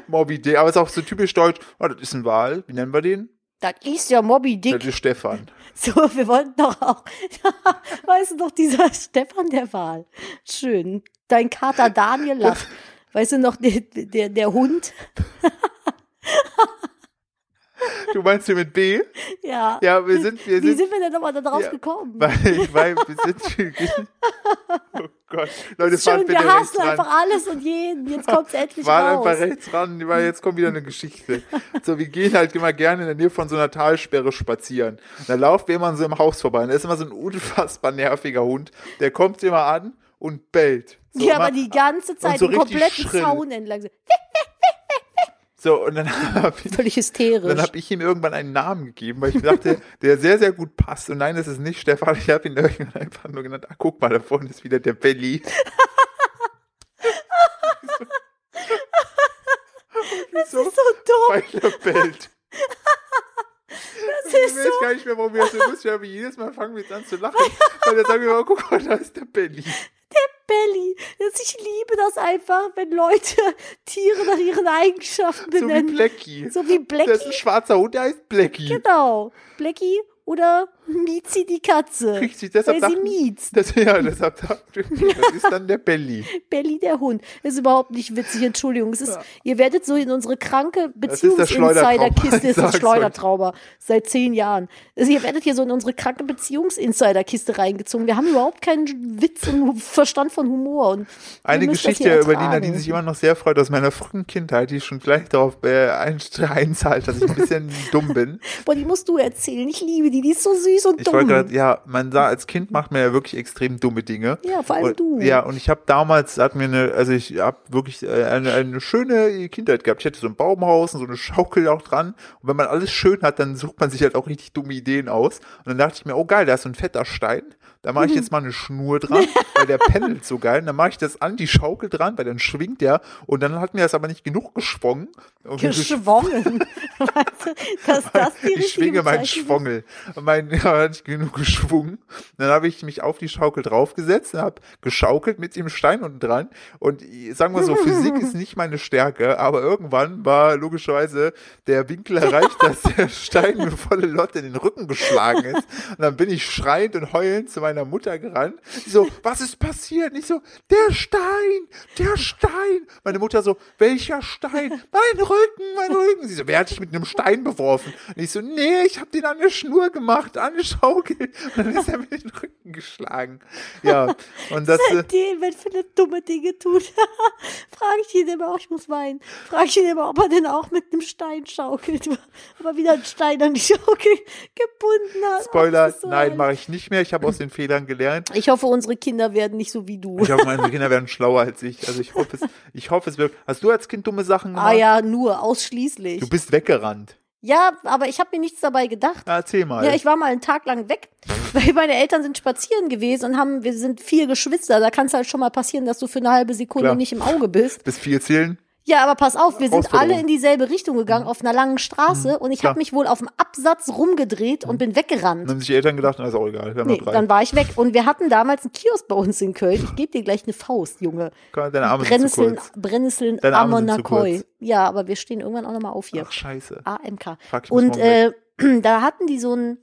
Moby Dick. Aber ist auch so typisch deutsch. Oh, das ist ein Wal. Wie nennen wir den?
Das ist ja Moby
Das
Dick.
ist Stefan.
So, wir wollten doch auch, [laughs] weißt du noch, dieser Stefan der Wahl. Schön. Dein Kater Daniel lacht. Weißt du noch, der, der, der Hund?
Du meinst hier mit B?
Ja.
Ja, wir sind, wir
Wie
sind
sind wir denn nochmal da drauf
Ja,
gekommen?
Weil, weil wir
[laughs]
sind. oh Gott. Leute, fahrt
Schön,
bitte
wir
rechts
hassen
ran.
einfach alles und jeden. Jetzt kommt's endlich
Fahrt
raus.
einfach rechts ran, weil jetzt kommt wieder eine Geschichte. So, wir gehen halt immer gerne in der Nähe von so einer Talsperre spazieren. Und da laufen wir immer so im Haus vorbei. Und da ist immer so ein unfassbar nerviger Hund. Der kommt immer an und bellt. So,
ja,
immer-
aber die ganze Zeit
so
einen
richtig
kompletten
schrill.
Zaun entlang.
so und dann [laughs] habe ich,
Völlig
dann
hysterisch.
hab ich ihm irgendwann einen Namen gegeben, weil ich mir
[laughs]
dachte, der sehr, sehr gut passt. Und nein, das ist nicht Stefan. Ich habe ihn irgendwann einfach nur genannt. Ah, guck mal, da vorne ist wieder der Belly.
Das ist so doof.
weil er bellt.
Das
Ich
ist
weiß
so,
gar nicht mehr, warum wir das so lustig haben. Jedes Mal fangen wir jetzt an zu lachen. Weil dann sagen wir mal, guck mal, da ist der Belly.
Belly. Das- Ich liebe das einfach, wenn Leute [laughs] Tiere nach ihren Eigenschaften
So wie
benennen.
Blackie.
So wie
Das ist ein
Blackie.
schwarzer Hund, der heißt Blackie.
Genau. Blackie oder Miezi die Katze.
Richtig, deshalb
Weil sie
dachten-
miezt.
Das, ja, deshalb dachte ich, das ist dann der
[laughs]
Belly.
Belly der Hund. Ist überhaupt nicht witzig, Entschuldigung. Es ist, ihr werdet so in unsere kranke
ist der Schleudertrauma,
Beziehungsinsiderkiste.
ich
Das ist
[laughs]
ein
sag's euch.
Schleudertrauber. Seit zehn Jahren. Also ihr werdet hier so in unsere kranke Beziehungsinsiderkiste reingezogen. Wir haben überhaupt keinen Witz und Verstand von Humor. Und
Eine
ihr müsst das
Geschichte,
hier
über die
ertragen.
Nadine sich immer noch sehr freut aus meiner frühen Kindheit, die schon gleich darauf äh, ein- [laughs] einzahlt, dass ich ein bisschen dumm bin.
Boah, die musst du erzählen. Ich liebe die. Die ist so süß und
Ich
dumm.
wollte gerade, ja, man sah, als Kind macht man ja wirklich extrem dumme Dinge.
Ja, vor allem
und,
du.
Ja, und ich habe damals, hat mir eine, also ich habe wirklich äh, eine, eine schöne Kindheit gehabt. Ich hatte so ein Baumhaus und so eine Schaukel auch dran. Und wenn man alles schön hat, dann sucht man sich halt auch richtig dumme Ideen aus. Und dann dachte ich mir, oh geil, da ist so ein fetter Stein. da mache
Mhm.
ich jetzt mal eine Schnur dran, weil der pendelt so geil. Und dann mache ich das an die Schaukel dran, weil dann schwingt der. Und dann hat mir das aber nicht genug geschwungen. Und
Geschwungen. [laughs] Weißt du, dass das
[laughs]
die
ich
richtige
schwinge meinen
Bezeichnung ist?
Schwongel. Mein, [laughs] ja, hat nicht genug geschwungen. Dann habe ich mich auf die Schaukel draufgesetzt und habe geschaukelt mit dem Stein unten dran. Und ich- sagen wir so, Physik ist nicht meine Stärke, aber irgendwann war logischerweise der Winkel erreicht, dass der Stein mir volle Lotte in den Rücken geschlagen ist. Und dann bin ich schreiend und heulend zu meiner Mutter gerannt. Die so, was ist passiert? Nicht so, der Stein, der Stein. Meine Mutter so, welcher Stein? Mein Rücken, mein Rücken. Sie so, wer hat dich mit einem Stein beworfen? Und ich so, nee, ich habe den an der Schnur gemacht, an der Schaukel. Und dann ist er mir in den Rücken geschlagen. Ja, und das, äh,
Die, wenn Philipp dumme Dinge tut, [laughs] frage ich ihn immer auch, ich muss weinen, frage ich ihn immer, ob er denn auch mit einem Stein schaukelt, [laughs] ob er wieder einen Stein an die Schaukel [laughs] gebunden hat. Oh,
Spoiler,
das ist so
nein,
herrlich.
mache ich nicht mehr. Ich habe aus den Fehlern gelernt.
Ich hoffe, unsere Kinder werden nicht so
[laughs]
wie du.
Ich hoffe, meine Kinder werden schlauer als ich. Also ich hoffe es, ich hoffe es wirklich. Hast du als Kind dumme Sachen gemacht?
Ah ja, nur, ausschließlich.
Du bist weggerannt.
Ja, aber ich habe mir nichts dabei gedacht.
Na, erzähl mal.
Ja, ich war mal einen Tag lang weg, [laughs] weil meine Eltern sind spazieren gewesen und haben, wir sind vier Geschwister. Da kann es halt schon mal passieren, dass du für eine halbe Sekunde
Klar.
nicht im Auge bist.
Bis vier zählen?
Ja, aber pass auf, wir sind
Herausforderung. Mhm.
alle in dieselbe Richtung gegangen, auf einer langen Straße. Und ich
klar. Mhm.
habe mich wohl auf dem Absatz rumgedreht und bin weggerannt.
Dann haben sich die Eltern gedacht, na ist auch egal. Wir haben
Nee,
noch drei.
dann war ich weg. Und wir hatten damals einen Kiosk bei uns in Köln. Ich gebe dir gleich eine Faust, Junge.
Komm, Deine Arme sind zu
Brennnesseln,
kurz.
Brennnesseln,
Deine Arme sind zu
Ammonakoi.
kurz.
Ja, aber wir stehen irgendwann auch nochmal auf hier.
Ach, scheiße.
AMK.
Fuck, ich muss
Und
morgen weg.
äh, [clears throat] da hatten die so einen,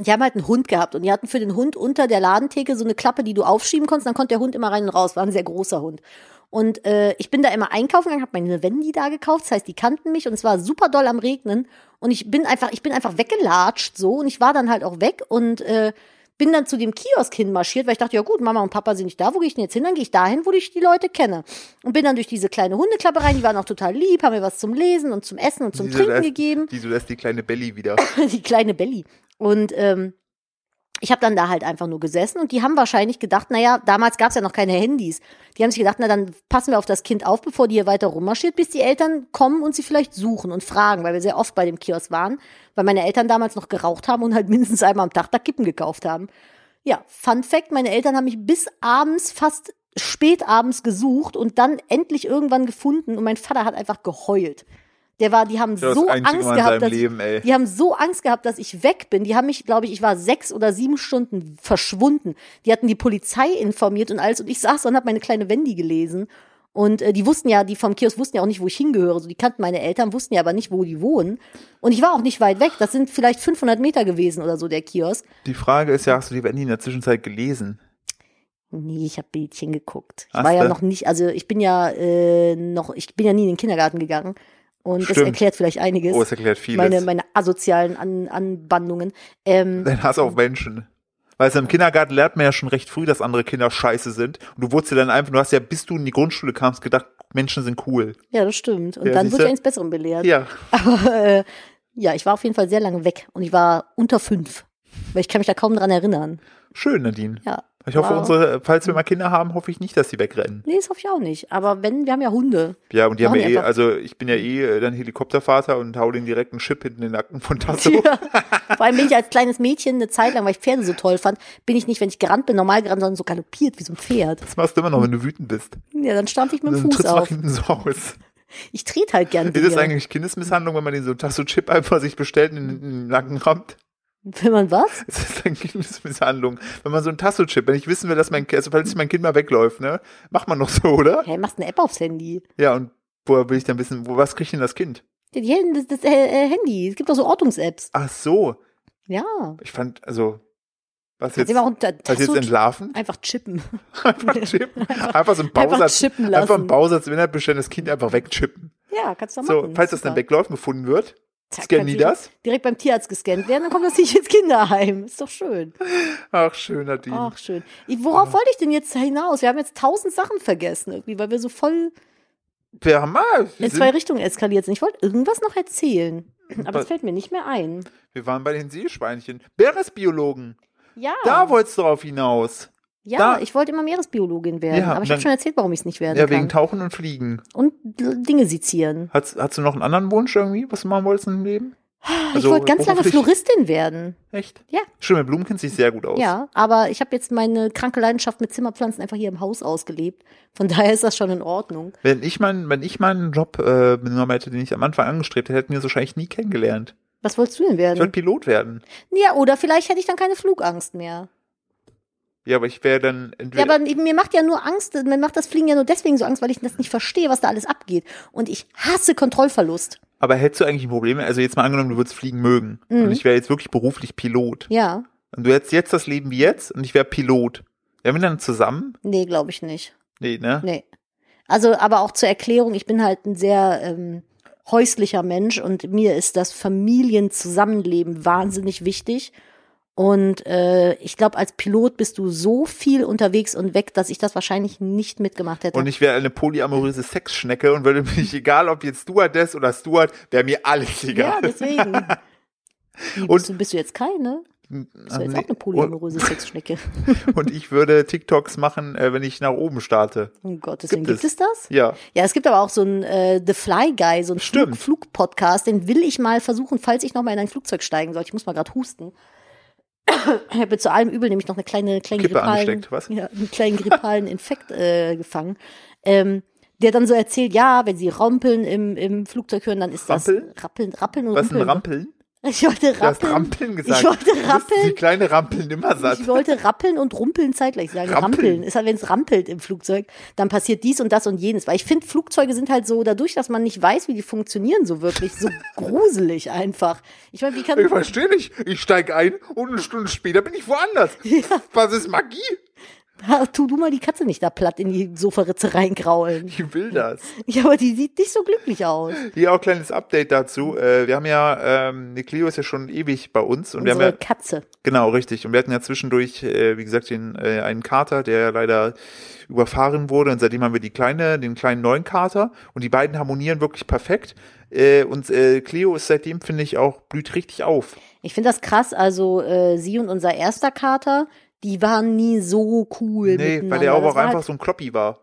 die haben halt einen Hund gehabt und die hatten für den Hund unter der Ladentheke so eine Klappe, die du aufschieben konntest, dann konnte der Hund immer rein und raus, war ein sehr großer Hund. Und äh, ich bin da immer einkaufen gegangen, habe meine Wendy da gekauft, das heißt, die kannten mich und es war super doll am Regnen und ich bin einfach, ich bin einfach weggelatscht so und ich war dann halt auch weg und äh, bin dann zu dem Kiosk hinmarschiert, weil ich dachte, ja gut, Mama und Papa sind nicht da, wo gehe ich denn jetzt hin? Dann gehe ich dahin, wo ich die Leute kenne. Und bin dann durch diese kleine Hundeklappe rein, die waren auch total lieb, haben mir was zum Lesen und zum Essen und zum
Diese-
Trinken
das-
gegeben
Die, so, das ist die kleine Belly wieder.
[laughs] die kleine Belly. Und ähm, ich habe dann da halt einfach nur gesessen und die haben wahrscheinlich gedacht, naja, damals gab es ja noch keine Handys. Die haben sich gedacht, na dann passen wir auf das Kind auf, bevor die hier weiter rummarschiert, bis die Eltern kommen und sie vielleicht suchen und fragen, weil wir sehr oft bei dem Kiosk waren, weil meine Eltern damals noch geraucht haben und halt mindestens einmal am Tag da Kippen gekauft haben. Ja, Fun Fact, meine Eltern haben mich bis abends fast spät abends gesucht und dann endlich irgendwann gefunden und mein Vater hat einfach geheult. Der war, die haben
Das
so
einzige
Angst
Mal in
gehabt,
seinem
dass
Leben, ey.
die haben so Angst gehabt, dass ich weg bin. Die haben mich, glaube ich, ich war sechs oder sieben Stunden verschwunden. Die hatten die Polizei informiert und alles. Und ich saß da und habe meine kleine Wendy gelesen. Und äh, die wussten ja, die vom Kiosk wussten ja auch nicht, wo ich hingehöre. So, die kannten meine Eltern, wussten ja aber nicht, wo die wohnen. Und ich war auch nicht weit weg. Das sind vielleicht 500 Meter gewesen oder so, der Kiosk.
Die Frage ist ja, hast du die Wendy in der Zwischenzeit gelesen?
Nee, ich habe Bildchen geguckt. Ich
Hast
war ja
du?
noch nicht, also ich bin ja äh, noch, ich bin ja nie in den Kindergarten gegangen. Und das
Stimmt.
erklärt vielleicht einiges.
Oh, das erklärt vieles.
meine, meine asozialen An Anbandungen.
[laughs]
Ähm,
Dein Hass auf Menschen. Weißt du, im Kindergarten lernt man ja schon recht früh, dass andere Kinder scheiße sind. Und du wurdest ja dann einfach, du hast ja, bis du in die Grundschule kamst, gedacht, Menschen sind cool.
Ja, das stimmt. Und
Ja,
dann
siehste?
wurde ich ins Besseren belehrt.
Ja.
[laughs] Aber äh, ja, ich war auf jeden Fall sehr lange weg und ich war unter fünf. Weil ich kann mich da kaum dran erinnern.
Schön, Nadine.
Ja.
Ich hoffe,
Wow.
unsere, falls wir mal Kinder haben, hoffe ich nicht, dass sie wegrennen.
Nee, das hoffe ich auch nicht. Aber wenn, wir haben ja Hunde.
Ja, und die haben
Machen
ja
die
eh,
einfach.
also ich bin ja eh äh, dann Helikoptervater und hau den direkten Chip hinten in den Nacken von Tasso.
[laughs] Ja. Vor allem bin ich als kleines Mädchen eine Zeit lang, weil ich Pferde so toll fand, bin ich nicht, wenn ich gerannt bin, normal gerannt, sondern so galoppiert wie so ein Pferd.
Das machst du immer noch, wenn du wütend bist. Also
Ja, dann stampf ich mit
Dann
dem Fuß
trittst du nach
auf.
hinten so
[laughs]
aus.
Ich trete halt gern
Ist das
Dinge.
eigentlich Kindesmisshandlung, wenn man den so einen Tasso-Chip einfach sich bestellt und in den Nacken rammt? [laughs]
Wenn man was?
Das ist eine Kindesmisshandlung. Wenn man so einen Tasso-Chip, wenn ich wissen will, dass mein Kind, also falls mein Kind mal wegläuft, ne, macht man noch so, [laughs] oder?
Hey, machst eine App aufs Handy.
Ja, und woher will ich dann wissen, wo, was kriegt denn das Kind?
Ja, die Hände- Das, das äh, äh, Handy. Es gibt auch so Ortungs-Apps.
Ach so,
Ja.
ich fand, also, was
Kannst
jetzt,
du auch einen
was jetzt
Tasso- [laughs]
entlarven? [laughs]
einfach chippen. [laughs]
Einfach chippen. Einfach so einen
Einfach
Bausatz,
chippen lassen.
einfach einen Bausatz im Inhalt bestellen, das Kind einfach wegchippen.
Ja, kannst du
So,
machen.
falls das
Super.
dann wegläuft und gefunden wird,
Zack,
scannen
kann
die
direkt-
das?
Direkt beim Tierarzt gescannt werden, dann kommt das nicht ins Kinderheim. Ist doch schön.
Ach, schön, Nadine.
Ach, schön. Ich, worauf wollte ich denn jetzt hinaus? Wir haben jetzt tausend Sachen vergessen irgendwie, weil wir so voll
Wir haben mal, wir,
in zwei
sind,
Richtungen eskaliert sind. Ich wollte irgendwas noch erzählen, aber
Was?
es fällt mir nicht mehr ein.
wir waren bei den Seeschweinchen. Meeresbiologen,
Ja,
da wolltest du drauf hinaus.
ja
da-
ich wollte immer Meeresbiologin werden,
Ja,
aber ich
dann-
habe schon erzählt, warum ich es nicht werden
Ja, wegen
kann.
Tauchen und Fliegen.
Und Dinge sezieren.
Hast, hast du noch einen anderen Wunsch irgendwie, was du machen wolltest im Leben?
ich
Also,
wollte ganz lange
beruflich-
Floristin werden.
Echt?
Ja.
Schlimme Blumen kennt sich sehr gut aus.
Ja, aber ich habe jetzt meine kranke Leidenschaft mit Zimmerpflanzen einfach hier im Haus ausgelebt. Von [laughs] daher ist das schon in Ordnung.
Wenn ich meinen, wenn ich meinen Job äh, benommen hätte, den ich am Anfang angestrebt hätte, hätten wir es wahrscheinlich nie kennengelernt.
Was wolltest du denn
Ich
werden?
wollte Pilot werden.
Ja, oder vielleicht hätte ich dann keine Flugangst mehr.
Ja, aber ich wäre dann
Ja,
entweder.
aber mir macht ja nur Angst, mir macht das Fliegen ja nur deswegen so Angst, weil ich das nicht verstehe, was da alles abgeht. Und ich hasse Kontrollverlust.
aber hättest du eigentlich ein Problem? Also jetzt mal angenommen, du würdest fliegen mögen.
Mhm.
Und ich wäre jetzt wirklich beruflich Pilot.
Ja,
Und du hättest jetzt das Leben wie jetzt und ich wäre Pilot. Wären wir dann zusammen?
nee, glaube ich nicht.
Nee, ne?
Nee. Also, aber auch zur Erklärung, ich bin halt ein sehr ähm, häuslicher Mensch und mir ist das Familienzusammenleben wahnsinnig wichtig. Und äh, ich glaube, als Pilot bist du so viel unterwegs und weg, dass ich das wahrscheinlich nicht mitgemacht hätte.
Und ich wäre eine polyamoröse Sexschnecke und würde mich, egal ob jetzt Stewardess oder Steward, wäre mir alles
ja,
egal.
deswegen.
[laughs]
Wie, bist,
Und- Ah,
du, bist du jetzt keine? Bist du jetzt
Also Nee.
auch eine polyamoröse Sexschnecke?
und, und ich würde TikToks machen, äh, wenn ich nach oben starte.
Um Gottes Willen,
Gibt
gibt es das?
Ja.
Ja, es gibt aber auch so einen äh, The Fly Guy, so einen Flug
Stimmt.
Flugpodcast, den will ich mal versuchen, falls ich nochmal in ein Flugzeug steigen sollte. Ich muss mal gerade husten. [coughs] Ich habe zu allem Übel nämlich noch eine kleine, kleine
Kippe
grippalen,
angesteckt, was?
Ja, einen kleinen grippalen Infekt äh, gefangen. Ähm, der dann so erzählt, ja, wenn sie Rampeln im, im Flugzeug hören, dann ist
Rampeln?
das Rappeln, Rappeln und
Was ist ein
Rumpeln.
Rampeln?
[laughs] Ich wollte
Du hast
Rappeln.
Rampeln gesagt.
Ich wollte
Du bist
Rappeln.
Die kleine Rampel Nimmersatt.
Ich wollte rappeln und rumpeln zeitgleich sagen. Rampeln.
Rampeln.
Ist halt, wenn es rampelt im Flugzeug, dann passiert dies und das und jenes. Weil ich finde, Flugzeuge sind halt so, dadurch, dass man nicht weiß, wie die funktionieren, so wirklich,
[laughs]
so gruselig einfach. Ich meine, wie kann.
Ich verstehe nicht. Ich steige ein und eine Stunde später bin ich
[laughs]
woanders. Was ist Magie?
Ha, tu du mal die Katze nicht da platt in die Sofaritze reingraulen.
Ich will das.
[laughs] Ja, aber die sieht nicht so glücklich aus.
Hier auch kleines Update dazu. Äh, wir haben ja, ähm, die Clio ist ja schon ewig bei uns und wir haben
Unsere
ja,
Katze.
genau, richtig. Und wir hatten ja zwischendurch, äh, wie gesagt, den, äh, einen Kater, der leider überfahren wurde und seitdem haben wir die kleine, den kleinen neuen Kater und die beiden harmonieren wirklich perfekt. Äh, und äh, Clio ist seitdem, finde ich, auch blüht richtig auf.
Ich finde das krass. Also, äh, sie und unser erster Kater, die waren nie so
Nee,
cool. miteinander.
weil der aber
Das
auch
war
einfach
halt,
so ein Kloppi war.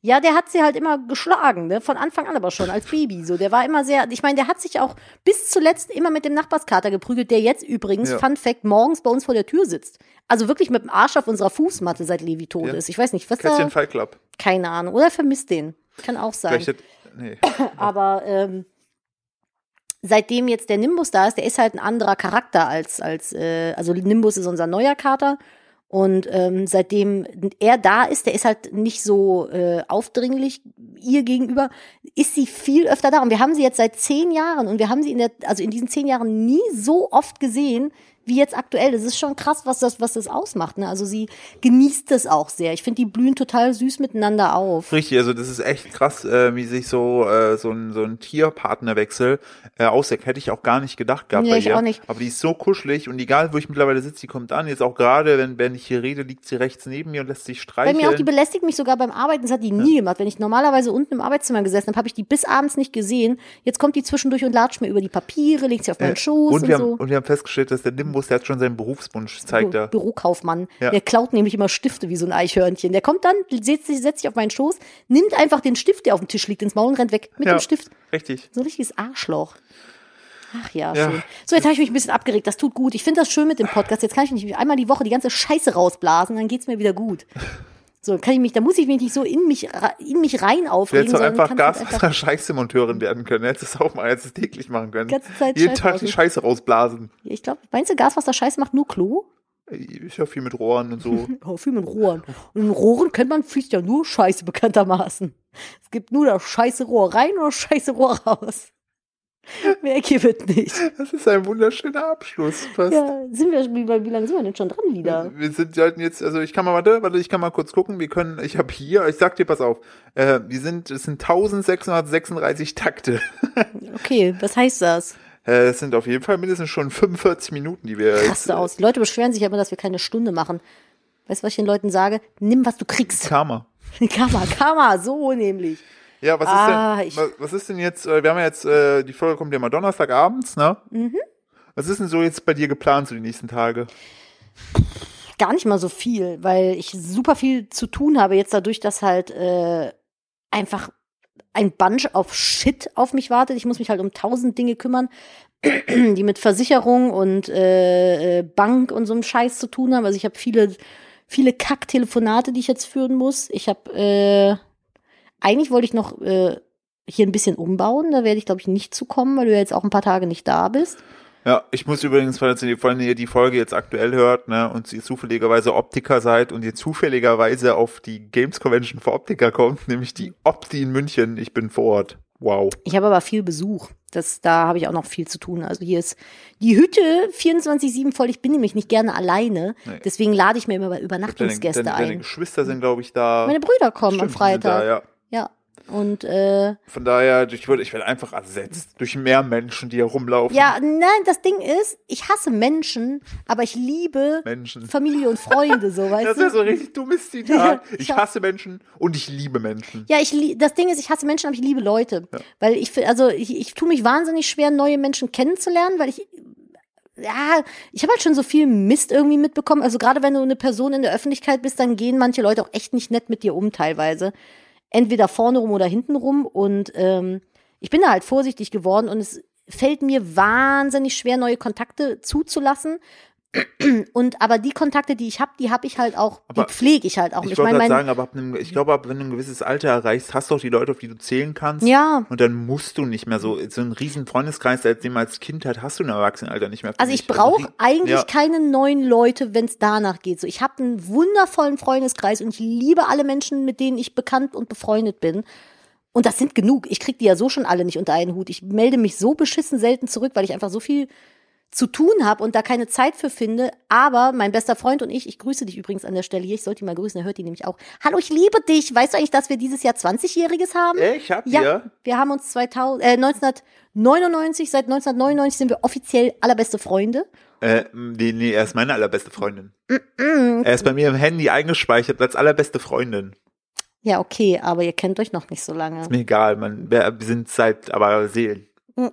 Ja, der hat sie halt immer geschlagen, ne? Von Anfang an aber schon, als Baby. So, der war immer sehr, ich meine, der hat sich auch bis zuletzt immer mit dem Nachbarskater geprügelt, der jetzt übrigens,
Ja.
Fun Fact, morgens bei uns vor der Tür sitzt. Also wirklich mit dem Arsch auf unserer Fußmatte, seit Levi tot
Ja.
ist. Ich weiß nicht, was
Kätzchen
da,
Fight Club.
keine Ahnung. Oder vermisst den. Kann auch sein.
Vielleicht hat, nee.
[laughs] Aber ähm, seitdem jetzt der Nimbus da ist, der ist halt ein anderer Charakter als, als äh, also Nimbus ist unser neuer Kater. Und ähm, seitdem er da ist, der ist halt nicht so äh, aufdringlich ihr gegenüber, ist sie viel öfter da. Und wir haben sie jetzt seit zehn Jahren und wir haben sie in der, also in diesen zehn Jahren nie so oft gesehen wie jetzt aktuell. Das ist schon krass, was das, was das ausmacht. Ne? Also sie genießt es auch sehr. Ich finde, die blühen total süß miteinander auf.
Richtig, also das ist echt krass, äh, wie sich so, äh, so ein, so ein Tierpartnerwechsel äh, auswirkt. Hätte ich auch gar nicht gedacht gehabt
Nee,
bei
ich
ihr.
auch nicht.
Aber die ist so kuschelig und egal, wo ich mittlerweile sitze, die kommt an. Jetzt auch gerade, wenn, wenn ich hier rede, liegt sie rechts neben mir und lässt sich
Bei
streicheln.
mir auch, die belästigt mich sogar beim Arbeiten. Das hat die nie gemacht. Wenn ich normalerweise unten im Arbeitszimmer gesessen habe, habe ich die bis abends nicht gesehen. Jetzt kommt die zwischendurch und latscht mir über die Papiere, legt sie auf meinen Schoß und,
Äh, und, wir
so.
haben, und wir haben festgestellt, dass der Nimbus, der hat schon seinen Berufswunsch, zeigt
Bü-
er.
Bürokaufmann.
Ja.
Der klaut nämlich immer Stifte wie so ein Eichhörnchen. Der kommt dann, setzt sich, setzt sich auf meinen Schoß, nimmt einfach den Stift, der auf dem Tisch liegt, ins Maul und rennt weg mit
Ja,
dem Stift.
Richtig.
So ein richtiges Arschloch. Ach ja,
Ja.
schön. So, jetzt habe ich mich ein bisschen abgeregt. Das tut gut. Ich finde das schön mit dem Podcast. Jetzt kann ich nicht einmal die Woche die ganze Scheiße rausblasen, dann geht's mir wieder gut. So, kann ich mich, da muss ich mich nicht so in mich, ra- in mich rein
Du
aufregen,
hättest doch
sondern
einfach
kann halt einfach,
Gaswasser-Scheiße-Monteurin werden können. Hättest du das auch mal, hättest du es täglich machen können.
Ganze Zeit
Jeden
Scheiße
Tag die
raus-
Scheiße rausblasen.
ich glaube, meinst du, Gaswasser-Scheiße macht nur Klo?
Ich höre viel mit Rohren und
[laughs]
so.
Oh, viel mit Rohren. Und in Rohren kennt man, fließt ja nur Scheiße bekanntermaßen. Es gibt nur das scheiße Rohr rein oder das scheiße Rohr raus. Mehr gibt nicht.
Das ist ein wunderschöner Abschluss. Fast.
Ja, sind wir, wie, wie lange sind wir denn schon dran wieder?
Wir sind sollten jetzt, also ich kann mal, warte, warte, ich kann mal kurz gucken. Wir können, ich habe hier, ich sag dir, pass auf, äh, wir sind, es sind 1636 Takte.
Okay, was heißt das?
Äh, Es sind auf jeden Fall mindestens schon 45 Minuten, die wir jetzt,
Raste aus. Die Leute beschweren sich ja immer, dass wir keine Stunde machen. Weißt du, was ich den Leuten sage? Nimm, was du kriegst. [laughs]
Karma.
Karma, Karma, so nämlich.
Ja, was
Ah, ich-
ist denn, wa- was ist denn jetzt, äh, wir haben ja jetzt, äh, die Folge kommt ja mal Donnerstagabends, ne? Mhm. Was ist denn so jetzt bei dir geplant für die nächsten Tage?
Gar nicht mal so viel, weil ich super viel zu tun habe jetzt dadurch, dass halt äh, einfach ein Bunch auf Shit auf mich wartet. Ich muss mich halt um tausend Dinge kümmern, [clears throat] die mit Versicherung und äh, Bank und so einem Scheiß zu tun haben. Also ich habe viele, viele Kacktelefonate, die ich jetzt führen muss. Ich habe äh, eigentlich wollte ich noch äh, hier ein bisschen umbauen. Da werde ich, glaube ich, nicht zu kommen, weil du ja jetzt auch ein paar Tage nicht da bist.
Ja, ich muss übrigens, falls ihr die- die Folge jetzt aktuell hört ne, und ihr zufälligerweise Optiker seid und ihr zufälligerweise auf die Games Convention für Optiker kommt, [laughs] nämlich die Opti in München, ich bin vor Ort. Wow.
Ich habe aber viel Besuch. Das, da habe ich auch noch viel zu tun. Also hier ist die Hütte 24-7 voll. Ich bin nämlich nicht gerne alleine.
Nee.
Deswegen lade ich mir immer
Deine,
Übernachtungsgäste
deine, deine
ein.
Geschwister sind, glaube ich, da.
Meine Brüder kommen
Stimmt,
am
die sind Da,
Freitag.
ja.
ja. Und äh,
Von daher, ich würde, ich werde einfach ersetzt durch mehr Menschen, die herumlaufen.
ja, nein, das Ding ist, ich hasse Menschen, aber ich liebe
Menschen.
Familie und
[laughs]
Freunde, so weißt
Das
du?
wäre so ein richtig dummes Zitat.
[laughs] Ja,
Ich
ja.
hasse Menschen und ich liebe Menschen.
Ja, ich lie- das Ding ist, ich hasse Menschen, aber ich liebe Leute, weil ich fi- also ich, ich tue mich wahnsinnig schwer neue Menschen kennenzulernen, weil ich ja, ich habe halt schon so viel Mist irgendwie mitbekommen. Also gerade wenn du eine Person in der Öffentlichkeit bist, dann gehen manche Leute auch echt nicht nett mit dir um teilweise. Entweder vorne rum oder hinten rum. Und ähm, ich bin da halt vorsichtig geworden und es fällt mir wahnsinnig schwer, neue Kontakte zuzulassen. Und aber die Kontakte, die ich habe, die habe ich halt auch,
Aber
die pflege ich halt auch.
Ich,
Ich
wollte
meine,
gerade
mein,
sagen, aber ab einem, ich glaube, ab wenn du ein gewisses Alter erreichst, hast du auch die Leute, auf die du zählen kannst.
ja.
Und dann musst du nicht mehr so, so einen riesen Freundeskreis, als den man als Kind hat, hast du im Erwachsenenalter nicht mehr. für
Also
mich.
ich brauche
ri-
eigentlich
ja.
keine neuen Leute, wenn es danach geht. So, ich habe einen wundervollen Freundeskreis und ich liebe alle Menschen, mit denen ich bekannt und befreundet bin. Und das sind genug. Ich krieg die ja so schon alle nicht unter einen Hut. Ich melde mich so beschissen selten zurück, weil ich einfach so viel zu tun habe und da keine Zeit für finde. Aber mein bester Freund und ich, ich grüße dich übrigens an der Stelle hier. Ich sollte ihn mal grüßen, er hört ihn nämlich auch. Hallo, ich liebe dich. Weißt du eigentlich, dass wir dieses Jahr 20-Jähriges haben?
Ey, ich hab
Ja,
dir.
wir haben uns 2000, äh, 1999, seit 1999 sind wir offiziell allerbeste Freunde.
Äh, nee, nee, er ist meine allerbeste Freundin. Er ist bei mir im Handy eingespeichert als allerbeste Freundin.
Ja, okay, aber ihr kennt euch noch nicht so lange.
Mir egal, man, wir sind seit, aber Seelen.
Mhm,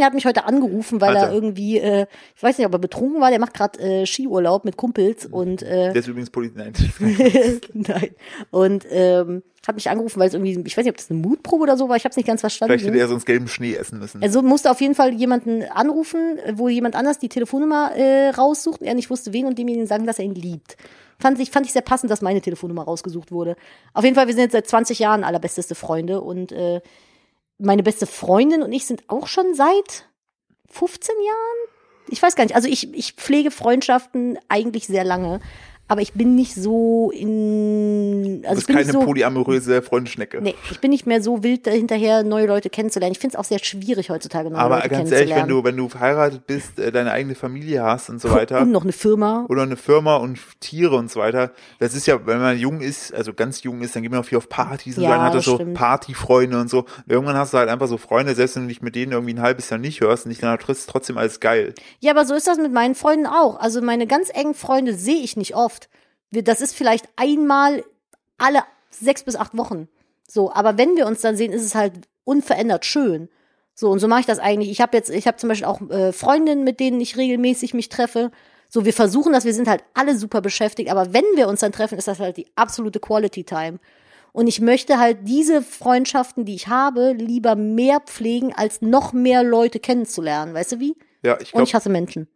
Er hat mich heute angerufen, weil er
Alter.
irgendwie, äh, ich weiß nicht, ob er betrunken war, der macht gerade äh, Skiurlaub mit Kumpels und äh,
Mhm.
[laughs]
Der ist übrigens Polizist. Nein.
nein. Und ähm, hat mich angerufen, weil es irgendwie, ich weiß nicht, ob das eine Mutprobe oder so war, ich habe es nicht ganz verstanden.
Vielleicht hätte er sonst gelben Schnee essen müssen.
Also musste auf jeden Fall jemanden anrufen, wo jemand anders die Telefonnummer äh, raussucht und er nicht wusste wen und demjenigen sagen, dass er ihn liebt. Fand ich, fand ich sehr passend, dass meine Telefonnummer rausgesucht wurde. Auf jeden Fall, wir sind jetzt seit 20 Jahren allerbesteste Freunde und äh, meine beste Freundin und ich sind auch schon seit 15 Jahren? Ich weiß gar nicht. Also ich, ich pflege Freundschaften eigentlich sehr lange, aber ich bin nicht so in.
Du
Also ich
bist
bin
keine
nicht so,
polyamoröse Freundschnecke.
Nee, ich bin nicht mehr so wild dahinterher, neue Leute kennenzulernen. Ich finde es auch sehr schwierig heutzutage, neue
Aber
um Leute
ganz ehrlich, wenn
kennenzulernen.
du, wenn du verheiratet bist, äh, deine eigene Familie hast und so weiter,
und noch eine Firma.
oder eine Firma und Tiere und so weiter. Das ist ja, wenn man jung ist, also ganz jung ist, dann geht man auch viel auf Partys und
Ja,
so, dann hat er
das
so
stimmt.
Partyfreunde und so. Irgendwann hast du halt einfach so Freunde, selbst wenn du dich mit denen irgendwie ein halbes Jahr nicht hörst und dich dann triffst, trotzdem alles geil.
Ja, aber so ist das mit meinen Freunden auch. Also meine ganz engen Freunde sehe ich nicht oft. Wir- Das ist vielleicht einmal alle sechs bis acht Wochen. So, aber wenn wir uns dann sehen, ist es halt unverändert schön. So, und so mache ich das eigentlich. Ich habe jetzt, ich habe zum Beispiel auch äh, Freundinnen, mit denen ich regelmäßig mich treffe. So, wir versuchen das, wir sind halt alle super beschäftigt, aber wenn wir uns dann treffen, ist das halt die absolute Quality Time. Und ich möchte halt diese Freundschaften, die ich habe, lieber mehr pflegen, als noch mehr Leute kennenzulernen. Weißt du wie?
Ja, ich
Und
glaube,
ich hasse Menschen.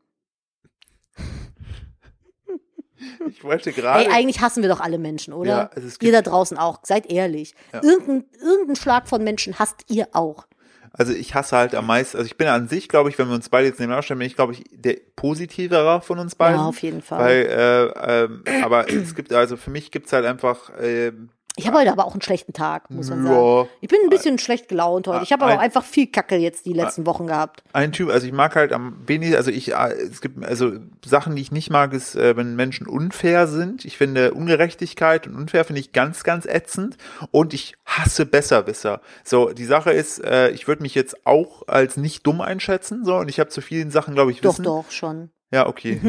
ich, wollte
Ey,
gerade.
eigentlich hassen wir doch alle Menschen, oder?
Ja, also es gibt-
ihr da draußen auch, seid ehrlich.
Ja.
Irgendein, irgendein Schlag von Menschen hasst ihr auch.
Also ich hasse halt am meisten, also ich bin an sich, glaube ich, wenn wir uns beide jetzt nebeneinander stellen, bin ich, glaube ich, der positivere von uns beiden.
Ja, auf jeden Fall.
Weil, äh, ähm, aber es gibt, also für mich gibt's halt einfach, ähm,
ich habe heute aber auch einen schlechten Tag, muss man
Ja. Äh,
sagen. Ich bin ein bisschen schlecht gelaunt heute. Ich habe aber
Ein-
auch einfach viel Kacke jetzt die letzten Wochen gehabt.
ein Typ, also ich mag halt am wenigsten, also ich, äh, es gibt, also Sachen, die ich nicht mag, ist, äh, wenn Menschen unfair sind. Ich finde Ungerechtigkeit und unfair finde ich ganz, ganz ätzend und ich hasse Besserwisser. So, die Sache ist, äh, ich würde mich jetzt auch als nicht dumm einschätzen, so, und ich habe zu vielen Sachen, glaube ich,
Doch,
Wissen.
doch, schon.
Ja, okay.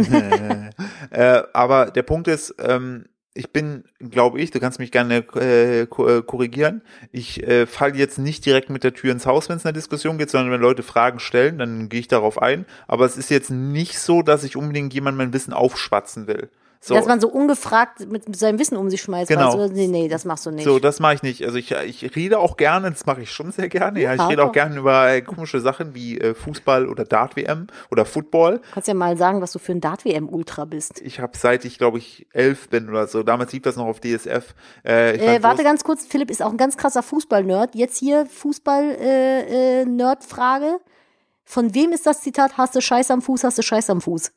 äh, aber der Punkt ist, ähm, ich bin, glaube ich, du kannst mich gerne äh, ko- äh, korrigieren. Ich äh, falle jetzt nicht direkt mit der Tür ins Haus, wenn es eine Diskussion geht, sondern wenn Leute Fragen stellen, dann gehe ich darauf ein. Aber es ist jetzt nicht so, dass ich unbedingt jemand mein Wissen aufschwatzen will. So.
Dass man so ungefragt mit seinem Wissen um sich schmeißt.
Genau.
Also, nee, nee, das machst du nicht.
So, das mache ich nicht. Also ich, ich rede auch gerne, das mache ich schon sehr gerne. Ja,
Ja,
ich rede auch
doch.
gerne über äh, komische Sachen wie äh, Fußball oder Dart-WM oder Football.
Kannst ja mal sagen, was du für ein Dart-WM-Ultra bist.
Ich habe seit ich, glaube ich, elf bin oder so, damals lief das noch auf DSF. Äh, ich
Äh,
fand
warte
groß-
ganz kurz, Philipp ist auch ein ganz krasser Fußball-Nerd. Jetzt hier Fußball-Nerd-Frage. Von wem ist das Zitat, hast du Scheiß am Fuß, hast du Scheiß am Fuß?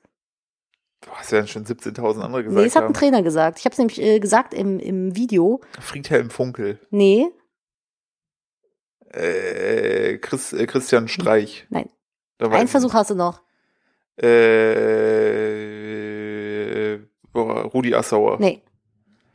Du hast ja schon 17.000 andere gesagt.
Nee, es hat ein
haben.
Trainer gesagt. Ich habe es nämlich äh, gesagt im, im Video.
Friedhelm Funkel,
Nee,
äh, Chris, äh, Christian Streich.
Hm, Nein.
Da weiß
einen
ich
Versuch hast du noch.
nicht. Äh, boah, Rudi Assauer.
Nee.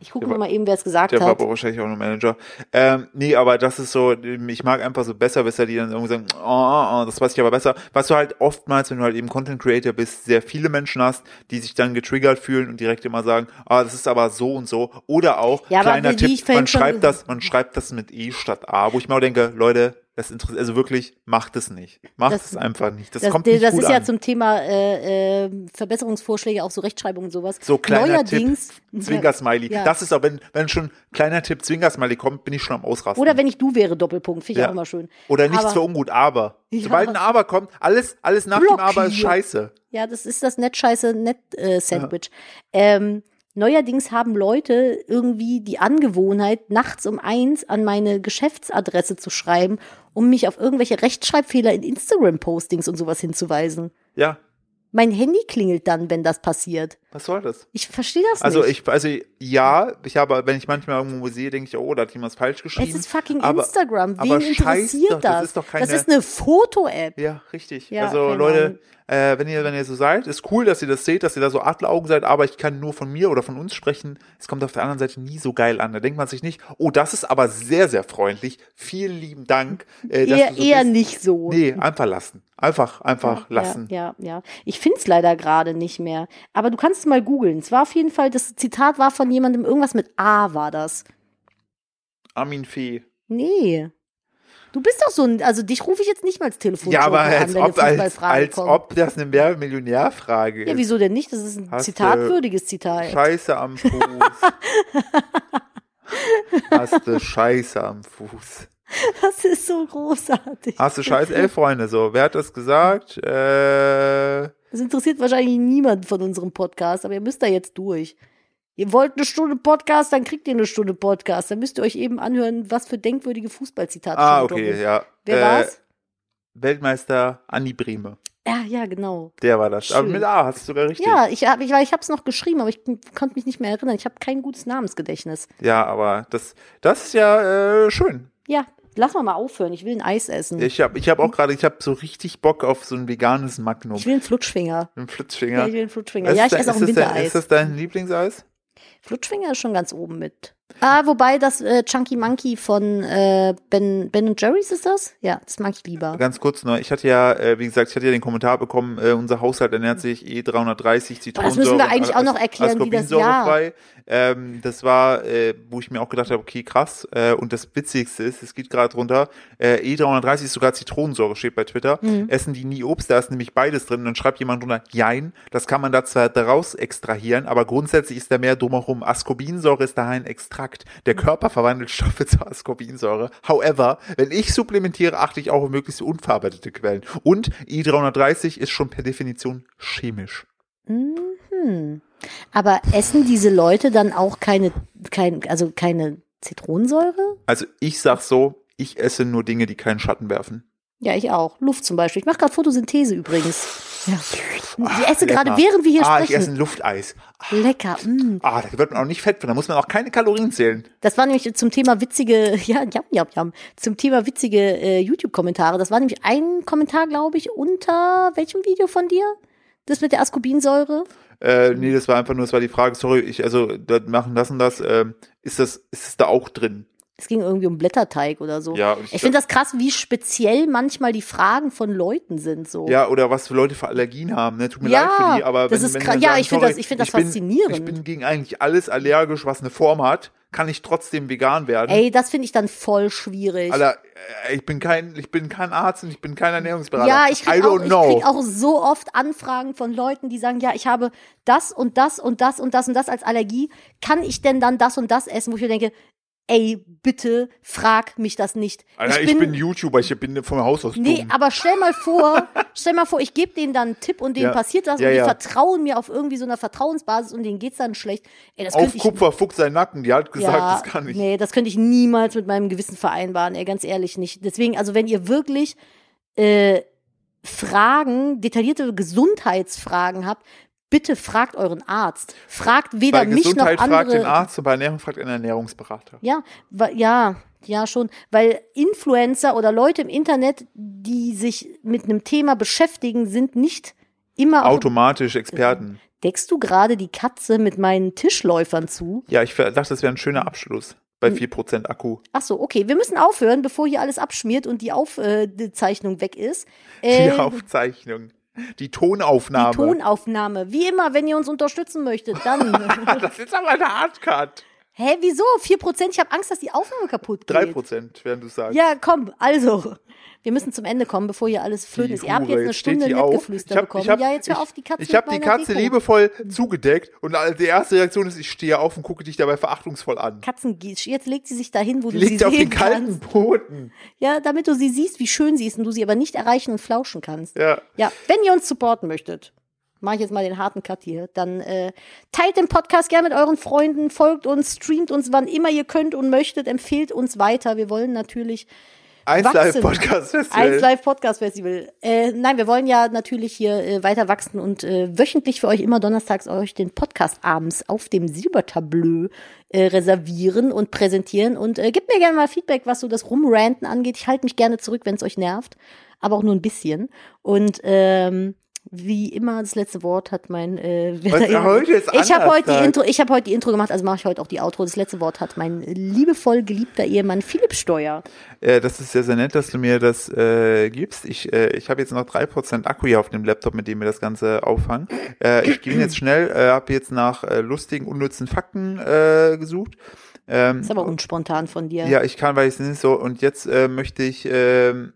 Ich gucke
Der
mir
war-
mal eben, wer es gesagt
Der war
hat.
aber wahrscheinlich auch noch Manager. Ähm, nee, aber das ist so, ich mag einfach so Besserwisser, die dann irgendwie sagen, oh, oh, oh, das weiß ich aber besser. Was du halt oftmals, wenn du halt eben Content Creator bist, sehr viele Menschen hast, die sich dann getriggert fühlen und direkt immer sagen, ah, das ist aber so und so. Oder auch,
Ja, aber
kleiner
wie ich
Tipp,
vorhin
man
schon
schreibt
gesagt-
das, man schreibt das mit E statt A, wo ich mir auch denke, Leute, das interessiert, also wirklich, macht es nicht. Macht
Das-
es einfach nicht. Das,
Das,
kommt
der-
nicht
das
gut
ist
an.
ja zum Thema äh, äh, Verbesserungsvorschläge, auch so Rechtschreibung und sowas.
So kleiner Tipp,
Neuerdings.
Zwinkersmiley.
Ja.
Das ist auch, wenn, wenn schon kleiner Tipp Zwinkersmiley kommt, bin ich schon am Ausrasten.
[laughs] Oder wenn ich du wäre, Doppelpunkt. Finde ich
Ja.
auch immer schön.
Oder nichts
Aber-
für ungut, aber.
[laughs] Ja.
Sobald ein Aber kommt, alles, alles nach dem Aber ist
Blockiert.
scheiße.
Ja, das ist das Nett-Scheiße-Nett-Sandwich. ähm, neuerdings haben Leute irgendwie die Angewohnheit, nachts um eins an meine Geschäftsadresse zu schreiben, um mich auf irgendwelche Rechtschreibfehler in Instagram-Postings und sowas hinzuweisen.
Ja,
Mein Handy klingelt dann, wenn das passiert.
was soll das?
Ich verstehe das
Also
nicht.
ich, also ja, ich habe, wenn ich manchmal irgendwo sehe, denke ich, oh, da hat jemand was falsch geschrieben.
es ist fucking
aber-
Instagram. Wen
aber scheiß
interessiert
doch,
das?
das ist doch keine-
das ist eine Foto-App.
Ja, richtig.
Ja,
also
keine
Leute, äh, wenn ihr, wenn ihr so seid, ist cool, dass ihr das seht, dass ihr da so Adleraugen seid, aber ich kann nur von mir oder von uns sprechen. Es kommt auf der anderen Seite nie so geil an. Da denkt man sich nicht, oh, das ist aber sehr, sehr freundlich. Vielen lieben Dank. Äh, dass
Eher,
du so
eher
bist.
nicht so.
Nee, einfach lassen. Einfach, einfach lassen.
Ja, ja, ja. Ich finde es leider gerade nicht mehr. Aber du kannst es mal googeln. Es war auf jeden Fall, das Zitat war von jemandem, irgendwas mit A war das.
Armin Fee.
Nee. Du bist doch so ein, also dich rufe ich jetzt nicht mal als Telefon
Ja, aber als
an, wenn eine
ob, als,
Fußballfrage
als
kommt.
ob das eine Werbemillionärfrage
ja,
ist.
wieso denn nicht? Das ist ein
Hast du-
zitatwürdiges Zitat.
Scheiße am Fuß. Hast du Scheiße am Fuß.
[laughs] Das ist so großartig.
Hast du Scheiße? Ey, Freunde, so, wer hat das gesagt? Äh,
Das interessiert wahrscheinlich niemand von unserem Podcast, aber ihr müsst da jetzt durch. Ihr wollt eine Stunde Podcast, dann kriegt ihr eine Stunde Podcast. Dann müsst ihr euch eben anhören, was für denkwürdige Fußballzitate
ah,
schon
okay,
drin
ja.
Wer
äh,
war's?
Weltmeister Andi Brehme.
Ja, ja, genau.
Der war das. Aber
Schön.
mit A hast du sogar richtig.
Ja, ich habe ich, weil ich hab's noch geschrieben, aber ich konnte mich nicht mehr erinnern. Ich habe kein gutes Namensgedächtnis.
Ja, aber das, das ist ja äh, schön.
Ja, lass mal mal aufhören. Ich will ein Eis essen. Ich,
Ich habe ich hab auch gerade, ich habe so richtig Bock auf so ein veganes Magnum.
will einen Flutschfinger.
Ein
Ja,
Flitzfinger.
ich will einen Flutschfinger.
Ist
Ja, ich
dein-
esse auch
ist
ein
das dein- Ist
Wintereis.
das dein Lieblingseis?
Flutschfinger ist schon ganz oben mit. Ah, wobei das äh, Chunky Monkey von äh, Ben, ben Jerry's ist das? Ja, das mag ich lieber.
Ganz kurz noch, ich hatte ja, äh, wie gesagt, ich hatte ja den Kommentar bekommen, äh, unser Haushalt ernährt sich eh E330 Zitronensäure.
das müssen wir eigentlich auch noch erklären, wie das-
Ascorbinsäurefrei. Ähm, das war, äh, wo ich mir auch gedacht habe, okay, krass. Äh, und das Witzigste ist, es geht gerade runter, äh, E330 ist sogar Zitronensäure, steht bei Twitter.
Mhm.
Essen die nie Obst, da ist nämlich beides drin. Und dann schreibt jemand drunter, jein, das kann man da zwar daraus extrahieren, aber grundsätzlich ist da mehr drumherum. Ascorbinsäure ist daher ein Extrakt. Der
Mhm.
Körper verwandelt Stoffe [laughs] zur Ascorbinsäure. However, wenn ich supplementiere, achte ich auch auf möglichst unverarbeitete Quellen. Und E E330 ist schon per Definition chemisch.
Mhm. Aber essen diese Leute dann auch keine, kein, also keine Zitronensäure?
Also ich sag so, ich esse nur Dinge, die keinen Schatten werfen.
Ja, ich auch. Luft zum Beispiel. Ich mache gerade Photosynthese übrigens. Ja. Ich esse
lecker.
gerade, während wir hier
ah, ich esse
sprechen.
ein Lufteis.
Lecker. Mm.
Ah, da wird man auch nicht fett von, da muss man auch keine Kalorien zählen.
Das war nämlich zum Thema witzige, [laughs] ja, jam, jam, jam, zum Thema witzige äh, YouTube-Kommentare. Das war nämlich ein Kommentar, glaube ich, unter welchem Video von dir? Das mit der Ascorbinsäure?
Äh, nee, das war einfach nur, das war die Frage, sorry, ich, also, da machen das und das, ähm, ist das, ist es da auch drin?
Es ging irgendwie um Blätterteig oder so.
Ja, und ich
ich finde das krass, wie speziell manchmal die Fragen von Leuten sind. So.
Ja, oder was für Leute für Allergien haben, ne? Tut mir
Ja,
leid für die, aber wenn,
das ist
wenn die
krass.
dann
Ja,
sagen,
ich find
sorry,
das- ich find das
bin,
faszinierend.
Ich bin gegen eigentlich alles allergisch, was eine Form hat. kann ich trotzdem vegan werden.
Ey, das finde ich dann voll schwierig.
Alter, äh, ich bin kein, ich bin kein Arzt und ich bin kein Ernährungsberater.
ja, ich
I
krieg,
don't
auch, ich
know.
krieg auch so oft Anfragen von Leuten, die sagen, ja, ich habe das und das und das und das und das als Allergie. Kann ich denn dann das und das essen? Wo ich mir denke, ey, bitte frag mich das nicht.
Alter, ich, bin, YouTuber, ich bin vom Haus aus
Nee,
dumm.
aber stell mal vor,
[laughs]
stell mal vor, ich gebe denen dann einen Tipp und denen
Ja.
passiert das
Ja,
und die
ja.
vertrauen mir auf irgendwie so einer Vertrauensbasis und denen geht's dann schlecht. Ey, das
Auf
könnte ich
Kupfer fuchs sein Nacken, die hat gesagt, das kann ich.
Nee, das könnte ich niemals mit meinem Gewissen vereinbaren, ey, ganz ehrlich nicht. Deswegen, also wenn ihr wirklich äh, Fragen, detaillierte Gesundheitsfragen habt, bitte fragt euren Arzt. Fragt weder
Bei
mich noch
Gesundheit
andere.
fragt den Arzt und bei Ernährung fragt einen Ernährungsberater.
Ja, wa- ja, ja schon, weil Influencer oder Leute im Internet, die sich mit einem Thema beschäftigen, sind nicht immer auf-
Automatisch Experten.
Deckst du gerade die Katze mit meinen Tischläufern zu?
Ja, ich ver- dachte, das wäre ein schöner Abschluss.
Hm.
Bei 4% Akku.
Ach so, okay, wir müssen aufhören, bevor hier alles abschmiert und die Aufzeichnung weg ist.
[laughs] Die
Äh,
Aufzeichnung. Die
die
Tonaufnahme.
Tonaufnahme. Wie immer, wenn ihr uns unterstützen möchtet,
[laughs]
dann.
[laughs] das ist aber eine Hardcut.
Hä, wieso? 4%? Ich habe Angst, dass die Aufnahme kaputt geht.
3%, während du sagst.
Ja, komm, also. Wir müssen zum Ende kommen, bevor hier alles flöten ist. Ihr habt jetzt
Hure,
eine
steht
Stunde
die auf?
mitgeflüstert
Ich hab-
bekommen.
ich hab-
ja, jetzt hör
ich-
auf, die Katze
Ich habe
mit
die
meiner
Katze
Deko.
liebevoll zugedeckt und die erste Reaktion ist, ich stehe auf und gucke dich dabei verachtungsvoll an.
Katzengieß. Jetzt legt sie sich dahin, wo
Die
du sie
liegt auf den
sehen
kalten
kannst.
Boden.
Ja, damit du sie siehst, wie schön sie ist und du sie aber nicht erreichen und flauschen kannst.
Ja.
Ja, wenn ihr uns supporten möchtet, mache ich jetzt mal den harten Cut hier, dann äh, teilt den Podcast gerne mit euren Freunden, folgt uns, streamt uns, wann immer ihr könnt und möchtet, empfehlt uns weiter. Wir wollen natürlich
1
Wachsen.
Live Podcast
Eins
Festival.
Live Podcast Festival. Äh, nein, wir wollen ja natürlich hier äh, weiter wachsen und äh, wöchentlich für euch immer donnerstags euch den Podcast abends auf dem Silbertableau äh, reservieren und präsentieren. Und äh, gebt mir gerne mal Feedback, was so das Rumranten angeht. Ich halte mich gerne zurück, wenn es euch nervt, aber auch nur ein bisschen. Und ähm, wie immer, das letzte Wort hat mein äh, [laughs] wer-
heute ist
Ich habe
anders,
heute die
Tag.
Intro, ich habe heute die Intro gemacht, also mache ich heute auch die Outro. Das letzte Wort hat mein liebevoll geliebter Ehemann Philipp Steuer.
Äh, das ist ja sehr nett, dass du mir das äh, gibst. Ich, äh, ich habe jetzt noch 3% Akku hier auf dem Laptop, mit dem wir das Ganze auffangen. Äh, ich bin jetzt schnell, äh, habe jetzt nach äh, lustigen, unnützen Fakten äh, gesucht. Ähm,
Ist aber unspontan von dir.
Ja, ich kann, weil ich es nicht so. Und jetzt äh, möchte ich. Ähm,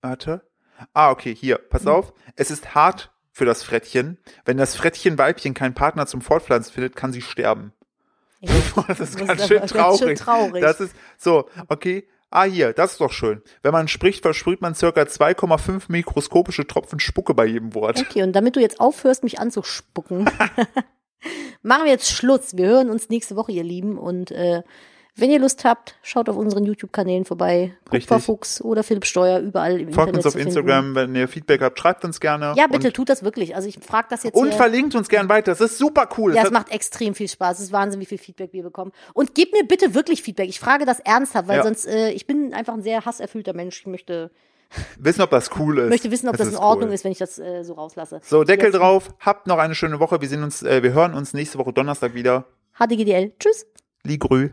warte. Ah, okay, hier,
Mhm.
pass auf. Es ist hart für das Frettchen. Wenn das Frettchen-Weibchen keinen Partner zum Fortpflanzen findet, kann sie sterben. [laughs] Das ist
Das
ganz
ist
schön
aber ganz schön
traurig.
traurig.
Das ist so, okay. Ah, hier, das ist doch schön. Wenn man spricht, versprüht man circa 2,5 mikroskopische Tropfen Spucke bei jedem Wort.
Okay, und damit du jetzt aufhörst, mich anzuspucken, [laughs] machen wir jetzt Schluss. Wir hören uns nächste Woche, ihr Lieben. Und äh, wenn ihr Lust habt, schaut auf unseren YouTube-Kanälen vorbei.
Richtig.
Kupferfuchs oder Philipp Steuer, überall im
Folgt
Internet
uns auf
zu finden.
Instagram, wenn ihr Feedback habt, schreibt uns gerne.
Ja, bitte, tut das wirklich. Also ich frage das jetzt
Und, und
hier.
verlinkt uns gerne weiter. Das ist super cool.
Ja,
Das
es
hat-
macht extrem viel Spaß. Es ist Wahnsinn, wie viel Feedback wir bekommen. Und gebt mir bitte wirklich Feedback. Ich frage das ernsthaft, weil
Ja.
sonst, äh, ich bin einfach ein sehr hasserfüllter Mensch. Ich möchte,
wissen, ob das cool ist.
möchte wissen, ob das, in Ordnung
cool.
ist, wenn ich das äh, so rauslasse.
So, Deckel
Jetzt-
drauf. Habt noch eine schöne Woche. Wir sehen uns, äh, wir hören uns nächste Woche Donnerstag wieder.
HDGDL. Tschüss.
Ligrü.